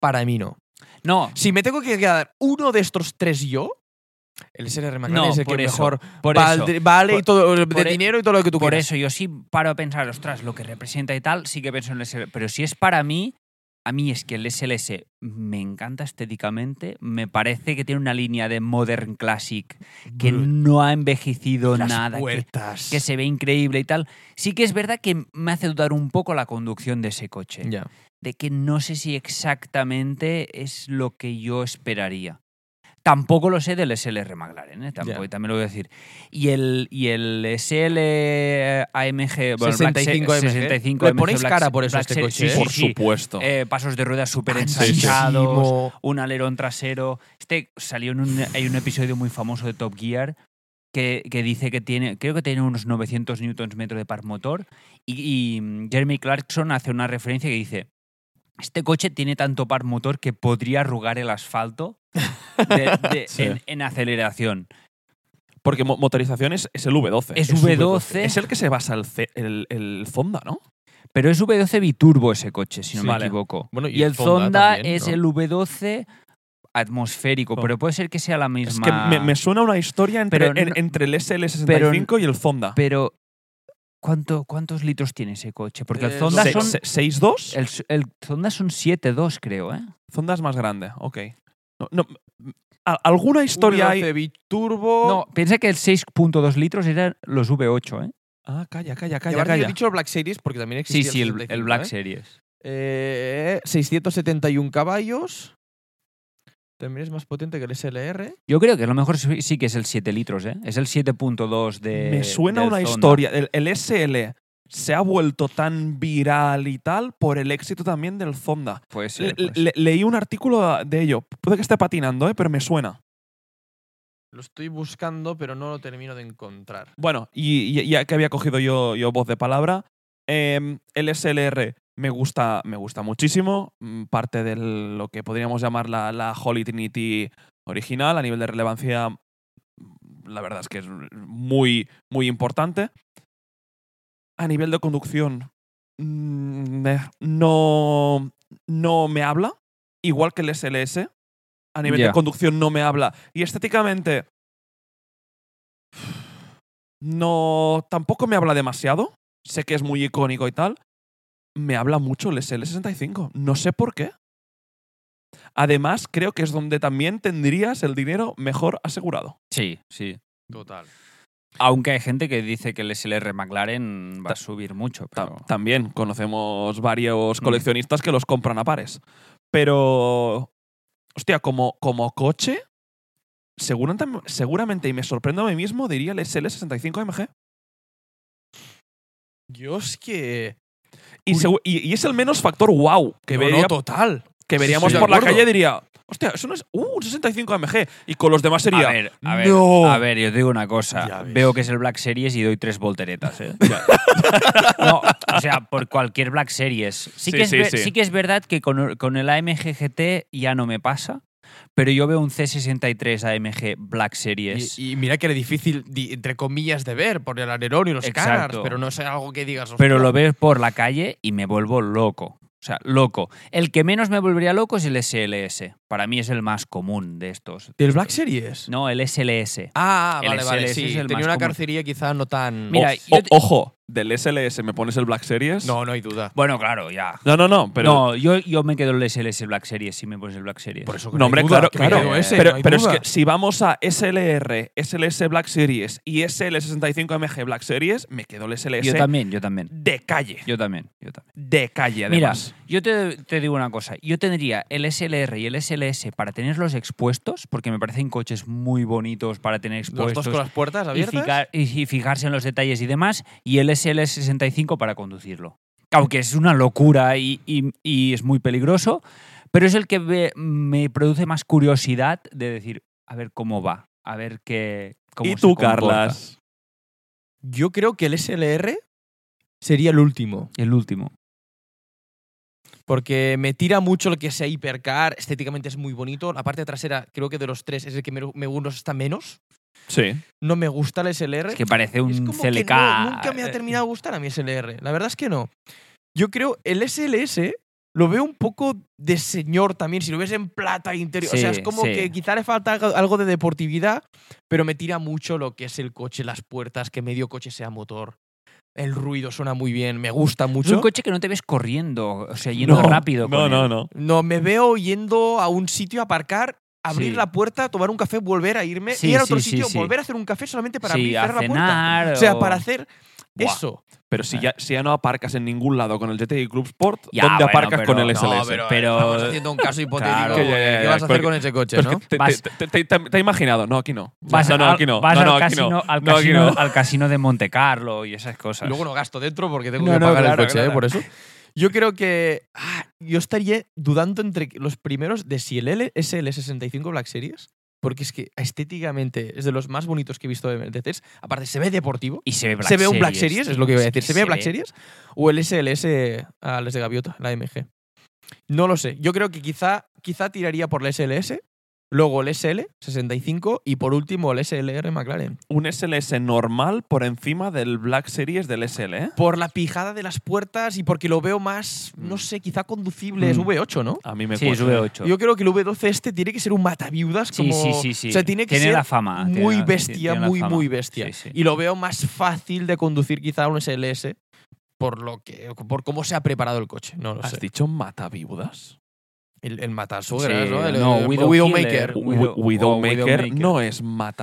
B: Para mí no.
C: No,
B: Si me tengo que quedar uno de estos tres yo, el SLR McLaren
C: No,
B: es el
C: por
B: que
C: eso,
B: mejor
C: por eso.
B: valdre- vale y
C: Por-
B: todo, de
C: por e-
B: dinero y todo lo que tú
C: Por
B: quieras.
C: eso yo sí paro a pensar, ostras, lo que representa y tal, sí que pienso en el SLS. Pero si es para mí, a mí es que el SLS me encanta estéticamente, me parece que tiene una línea de modern classic que
B: Brut.
C: no ha envejecido
B: Las
C: nada, que,
B: puertas.
C: que se ve increíble y tal. Sí que es verdad que me hace dudar un poco la conducción de ese coche,
B: Ya.
C: de que no sé si exactamente es lo que yo esperaría. Tampoco lo sé del SLR McLaren, ¿eh? Tampoco,
B: Ya.
C: y también lo voy a decir. Y el, y el SL AMG. bueno, el Black Se-
B: 65 AMG.
C: 65
B: Le
C: AMG
B: ponéis
C: Black
B: cara
C: Se-
B: por eso a
C: Black
B: este
C: Se-
B: coche,
C: sí,
B: ¿eh?
A: Por
C: sí, sí.
A: supuesto.
C: Eh, pasos de ruedas súper ensanchados,
B: Anchísimo.
C: un alerón trasero. Este salió en un, hay un episodio muy famoso de Top Gear que, que dice que tiene, creo que tiene unos 900 newtons metro de par motor y, y Jeremy Clarkson hace una referencia que dice este coche tiene tanto par motor que podría arrugar el asfalto de- de-
A: Sí.
C: en- en aceleración.
A: Porque mo- motorización es, es el V12.
C: Es V12.
A: Es el que se basa el, ce- el, el Zonda, ¿no?
C: Pero es V12 biturbo ese coche, si no
A: Sí.
C: me
A: Vale.
C: equivoco.
B: Bueno,
C: Y el Zonda
B: también,
C: es
B: ¿no?
C: el V12 atmosférico,
A: Oh.
C: pero puede ser que sea la
A: Es
C: misma.
A: que me, me suena una historia entre,
C: Pero
A: en-
C: no-
A: entre el SL65
C: pero
A: y el Zonda.
C: Pero, ¿cuánto, ¿cuántos litros tiene ese coche? Porque el
B: Eh,
C: Zonda
A: Se-
B: Zondas
C: son.
A: se- 6.2.
C: El, el Zonda son 7.2, creo, ¿eh?
A: Zonda es más grande, ok. No, no, m- a- ¿Alguna historia hay?
B: V12
A: Oh.
B: biturbo.
C: No, piensa que el 6.2 litros eran los V8, ¿eh?
A: Ah, calla, calla, calla,
B: Y aparte yo
A: calla.
B: he dicho el Black Series porque también
C: Sí,
B: existe
C: sí, el, el
A: ¿eh?
C: Black
B: Series.
C: Series.
B: Eh, 671 caballos. También es más potente que el SLR.
C: Yo creo que a lo mejor sí sí que es el 7 litros, ¿eh? Es el 7.2 de.
A: Me suena
C: del
A: una
C: Zonda.
A: historia. El, el SL se ha vuelto tan viral y tal por el éxito también del Zonda.
C: Puede ser,
A: Le-
C: pues.
A: le- leí un artículo de ello. Puede que esté patinando, ¿eh? pero me suena.
B: Lo estoy buscando, pero no lo termino de encontrar.
A: Bueno, y y- ya que había cogido yo, yo voz de palabra, em, el SLR me gusta, me gusta muchísimo. mm, Parte de lo que podríamos llamar la, la Holy Trinity original a nivel de relevancia. mm, La verdad es que es muy, muy importante. A nivel de conducción, mm, eh, no, no me habla. Igual que el SLS. A nivel de
C: Ya.
A: conducción no me habla. Y estéticamente, no, tampoco me habla demasiado. Sé que es muy icónico y tal. Me habla mucho el SL65. No sé por qué. Además, creo que es donde también tendrías el dinero mejor asegurado.
C: Sí, sí.
B: Total.
C: Aunque hay gente que dice que el SLR McLaren va a subir mucho.
A: Ta-
C: Pero...
A: También conocemos varios
C: Mm.
A: coleccionistas que los compran a pares. Pero, hostia, como, como coche, seguramente, seguramente, y me sorprendo a mí mismo, diría el SL65 AMG.
B: Yo es que.
A: Y, segu- y- y es el menos factor wow que
B: no,
A: vería
B: no, total.
A: que veríamos
B: Sí, de
A: por la
B: acuerdo.
A: calle diría, hostia, eso no es uh, un 65 AMG. Y con los demás sería,
C: A ver, a ver,
A: no.
C: a ver, yo te digo una cosa.
B: Ya ves.
C: Veo que es el Black Series y doy tres volteretas. ¿eh? no, o sea, por cualquier Black Series. Sí,
A: Sí,
C: que, es
A: sí,
C: ver-
A: sí.
C: sí que es verdad que con, con el AMG GT ya no me pasa, pero yo veo un C63 AMG Black Series.
B: Y, y mira que era difícil, di- entre comillas, de ver por el alerón y los
C: Exacto.
B: canars, pero no es algo que digas.
C: pero
B: "Hostia".
C: lo veo por la calle y me vuelvo loco. O sea, loco. El que menos me volvería loco es el SLS. Para mí es el más común de estos.
B: ¿Del Black Series?
C: No, el SLS.
B: Ah,
C: El
B: vale, vale.
C: SLS
B: Sí,
C: es el
B: tenía una
C: más común.
B: carcería quizá no tan. Oh,
C: Mira,
A: o-
C: yo te-
A: ojo, del SLS me pones el Black Series.
B: no, no hay duda.
C: Bueno, claro, ya.
A: no, no, no, pero
C: no, yo, yo me quedo el SLS Black Series si me pones el Black Series.
B: Por eso que
A: No, hombre,
B: hay duda,
A: claro,
B: que me
A: claro.
B: quedo ese,
A: pero
B: no hay
A: pero es
B: duda.
A: que si vamos a SLR, SLS Black Series y SL65MG Black Series, me quedo el SLS
C: yo también, yo también.
A: de calle.
C: Yo también, yo también.
A: De calle,
C: Mira,
A: además.
C: yo te, te digo una cosa. Yo tendría el SLR y el SLS para tenerlos expuestos, porque me parecen coches muy bonitos para tener
B: Los dos
C: expuestos.
B: con las puertas
C: y,
B: abiertas.
C: fijar- y- y fijarse en los detalles y demás, y el SL65 para conducirlo. Aunque es una locura y, y- y es muy peligroso, pero es el que ve- me produce más curiosidad de decir, a ver cómo va, a ver qué... Cómo
A: y
C: se
A: tú,
C: comporta.
A: Carlas.
B: Yo creo que el SLR sería el último,
C: El último.
B: porque me tira mucho lo que sea hipercar, estéticamente es muy bonito. La parte trasera, creo que de los tres, es el que me, me gusta menos.
A: Sí.
B: No me gusta el SLR.
C: Es que parece un
B: Pues, Es como que
C: CLK.
B: no- nunca
C: eh,
B: me ha terminado de gustar a mi SLR. La verdad es que no. Yo creo el SLS lo veo un poco de señor también. Si lo ves en plata interior. o sea,
C: Sí,
B: es como
C: sí.
B: que quizá le falta algo- algo de deportividad, pero me tira mucho lo que es el coche, las puertas, que medio coche sea motor. El ruido suena muy bien, me gusta
C: Es un
B: mucho.
C: coche que no te ves corriendo, o sea, yendo rápido.
A: No,
C: con
A: no,
C: él.
A: no.
B: No, me veo yendo a un sitio a aparcar, abrir
C: Sí.
B: la puerta, tomar un café, volver a irme,
C: Sí,
B: ir a otro
C: sí, sí,
B: sitio,
C: sí.
B: volver a hacer un café solamente para
C: Sí,
B: abrir y
C: a
B: cerrar la puerta.
C: cenar
B: O sea,
C: o-
B: para hacer
C: Buah.
B: eso.
A: Pero si
C: Eh.
A: ya, si ya no aparcas en ningún lado con el GTI Club Sport,
C: Ya,
A: ¿dónde
C: bueno,
A: aparcas
C: pero-
A: con el
C: no,
A: SLS?
C: pero-
B: Estamos haciendo un caso hipotético.
C: Claro.
B: de
A: Que ya, ya, ya,
B: ¿Qué vas a hacer
A: porque-
B: con ese coche,
A: Pero es
B: no?
A: que te,
C: Vas-
A: te- te- te- te he imaginado. No, aquí no. no, no,
C: al-
A: aquí no.
C: vas
A: no, no,
C: al
A: aquí no.
C: casino, al
A: No, aquí
C: casino-
A: no.
C: al casino de Monte Carlo y esas cosas.
B: Y luego no gasto dentro porque tengo
C: No,
B: que
C: no,
B: pagar
C: claro,
B: el coche,
C: claro.
B: ¿eh? Por eso. Yo creo que. ah, yo estaría dudando entre los primeros de si el L es el 65 Black Series. Porque es que estéticamente es de los más bonitos que he visto de, de test. Aparte, se ve deportivo.
C: y se ve Black
B: se ve un Black Series, es lo que iba a
C: tío,
B: decir. Se ve Black Series o el SLS a las de Gaviota, la MG. No lo sé. Yo creo que quizá, quizá tiraría por el SLS, luego el SL 65 y por último el SLR McLaren.
A: Un SLS normal por encima del Black Series del SL, ¿eh?
B: Por la pijada de las puertas y porque lo veo más, no
A: Mm.
B: sé, quizá conducible. Es
C: Mm.
B: V8, ¿no?
A: A mí me
C: Sí,
A: cuesta.
C: sube 8.
B: Yo creo que el V12 este tiene que ser un mataviudas
C: sí,
B: como...
C: sí, sí, sí.
B: O sea, tiene que ser
C: la fama. Ah, tiene
B: muy
C: la-
B: bestia,
C: tiene la
B: muy,
C: fama.
B: muy bestia.
C: Sí, sí.
B: Y lo veo más fácil de conducir quizá un SLS por lo que por cómo se ha preparado el coche. No lo sé.
A: ¿Has dicho mata viudas?
B: El, el matasuegras,
C: Ah, Sí,
B: ¿no? El,
C: no,
B: el
C: Widow
B: Widowmaker.
C: Killer.
A: Wi-
C: Widow-
A: Widowmaker,
C: o Widowmaker.
A: no es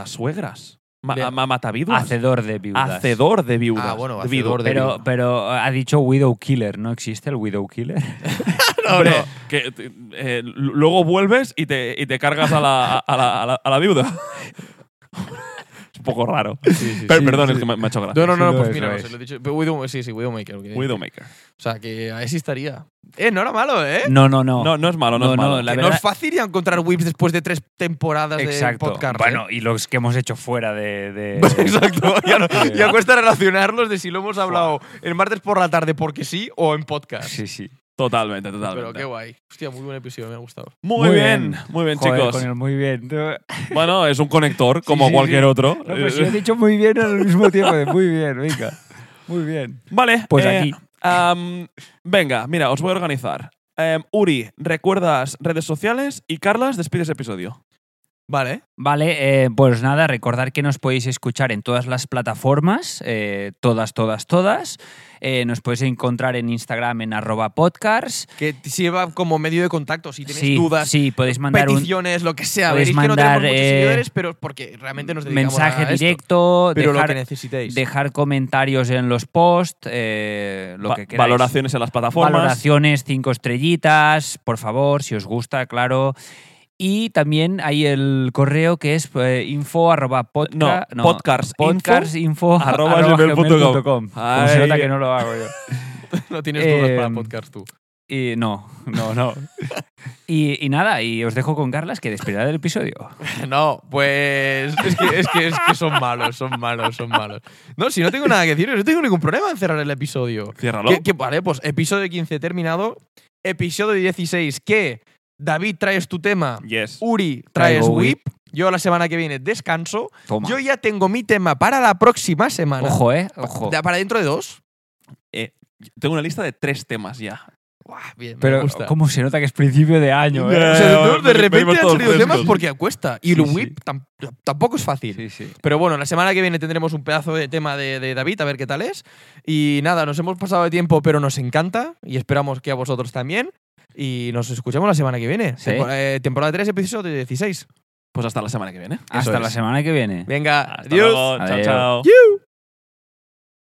A: matasuegras. Ma-
B: Le-
A: ma- mataviduas.
C: Hacedor de viudas.
A: Hacedor de viudas.
B: Ah, bueno,
A: De
B: hacedor
A: vidu-
B: de
C: Pero,
B: viudas.
C: pero ha dicho Widow Killer, ¿no existe el Widow Killer?
A: Hombre, que, eh, luego vuelves y te, y te cargas a la, a la- a la- a la viuda. es un poco raro. Pero, perdón, es que me, me ha hecho gracia.
B: No, no,
C: Sí,
B: no,
C: lo
B: pues
C: es,
B: mira,
C: lo
B: no
C: es.
B: sé, lo he dicho. Pero Widow- sí, sí, Widowmaker. ok.
A: Widowmaker.
B: O sea, que ahí sí estaría. Eh, no era malo, ¿eh?
C: No, no, no.
A: No, no es malo, no,
C: No,
A: es
C: no,
A: malo.
C: la
B: Que no
C: verdad-
B: es fácil ir a encontrar whips después de tres temporadas
C: Exacto.
B: de podcast. ¿eh?
C: bueno, eh, y los que hemos hecho fuera de. de-
B: Exacto. Ya, no- ya cuesta relacionarlos de si lo hemos hablado el martes por la tarde porque sí o en podcast.
C: Sí, sí.
A: Totalmente,
B: Pero qué
A: totalmente.
B: guay. Hostia, muy buen episodio, me ha gustado.
A: Muy,
C: Muy
A: bien,
C: bien.
A: muy bien,
C: Joder,
A: chicos.
C: con el muy bien. No,
A: Bueno, es un conector como
C: sí,
A: cualquier
C: sí.
A: otro. Eh,
C: no, pero si he dicho muy bien al mismo tiempo. de Muy bien, venga. Muy bien.
A: Vale,
C: Pues
A: eh,
C: aquí.
A: am, venga, mira, os voy a organizar. Em, Uri, recuerdas redes sociales y Carlas, despides episodio.
B: Vale.
C: Vale, eh, pues nada, recordar que nos podéis escuchar en todas las plataformas, eh, todas, todas, todas. Eh, nos podéis encontrar en Instagram en arroba podcast.
B: Que te sirva como medio de contacto si tienes
C: Sí,
B: dudas.
C: sí, podéis mandar un
B: peticiones, lo que sea.
C: podéis
B: Veréis que no
C: mandar,
B: tenemos muchos
C: eh,
B: seguidores, pero porque realmente nos dedicamos
C: mensaje
B: a esto.
C: directo,
B: Pero lo que
C: dejar,
B: necesitéis.
C: dejar comentarios en los posts, eh, lo
A: Va-
C: que queráis.
A: Valoraciones en las plataformas.
C: Valoraciones, cinco estrellitas, por favor, si os gusta, claro. Y también hay el correo que es eh, info arroba podca-
A: No, podcast info
C: podcastinfo
A: arroba gmail punto com.
C: Como se
A: Ay.
C: nota que no lo hago yo.
B: no tienes
C: eh,
B: dudas para podcast tú.
C: Y no, no, no. y, y nada, y os dejo con Carlas que despedirá del episodio.
B: No, pues es que, es, que, es que son malos, son malos, son malos. No, si no tengo nada que decir, no tengo ningún problema en cerrar el episodio.
A: Ciérralo.
B: Que, que, vale, pues episodio 15 terminado. Episodio 16, que David traes tu tema,
A: Yes.
B: Uri traes
C: Traigo
B: Whip. Yo la semana que viene descanso.
C: Toma.
B: Yo ya tengo mi tema para la próxima semana.
C: Ojo, eh, ojo.
B: Da- Para dentro de dos.
A: Tengo una lista de tres temas ya.
B: Buah, bien, me
C: Pero
B: gusta.
C: cómo se nota que es principio de año,
B: O
C: eh.
B: sea,
A: Eh,
B: de- de
A: venimos
B: repente han
A: todos
B: salido temas
A: frescos.
B: porque cuesta. Y
C: Sí,
B: el
C: sí.
B: whip tam- tampoco es fácil.
C: Sí, sí.
B: Pero bueno, la semana que viene tendremos un pedazo de tema de, de David, a ver qué tal es. Y nada, nos hemos pasado de tiempo, pero nos encanta y esperamos que a vosotros también. Y nos escuchamos la semana que viene.
C: Sí.
B: Tempor- eh, temporada 3, episodio 16.
A: Pues hasta la semana que viene.
C: Hasta la
B: es.
C: semana que viene.
B: Venga,
A: Hasta
B: adiós.
A: luego. Chao,
C: Adiós.
A: chao.
B: Yuhu.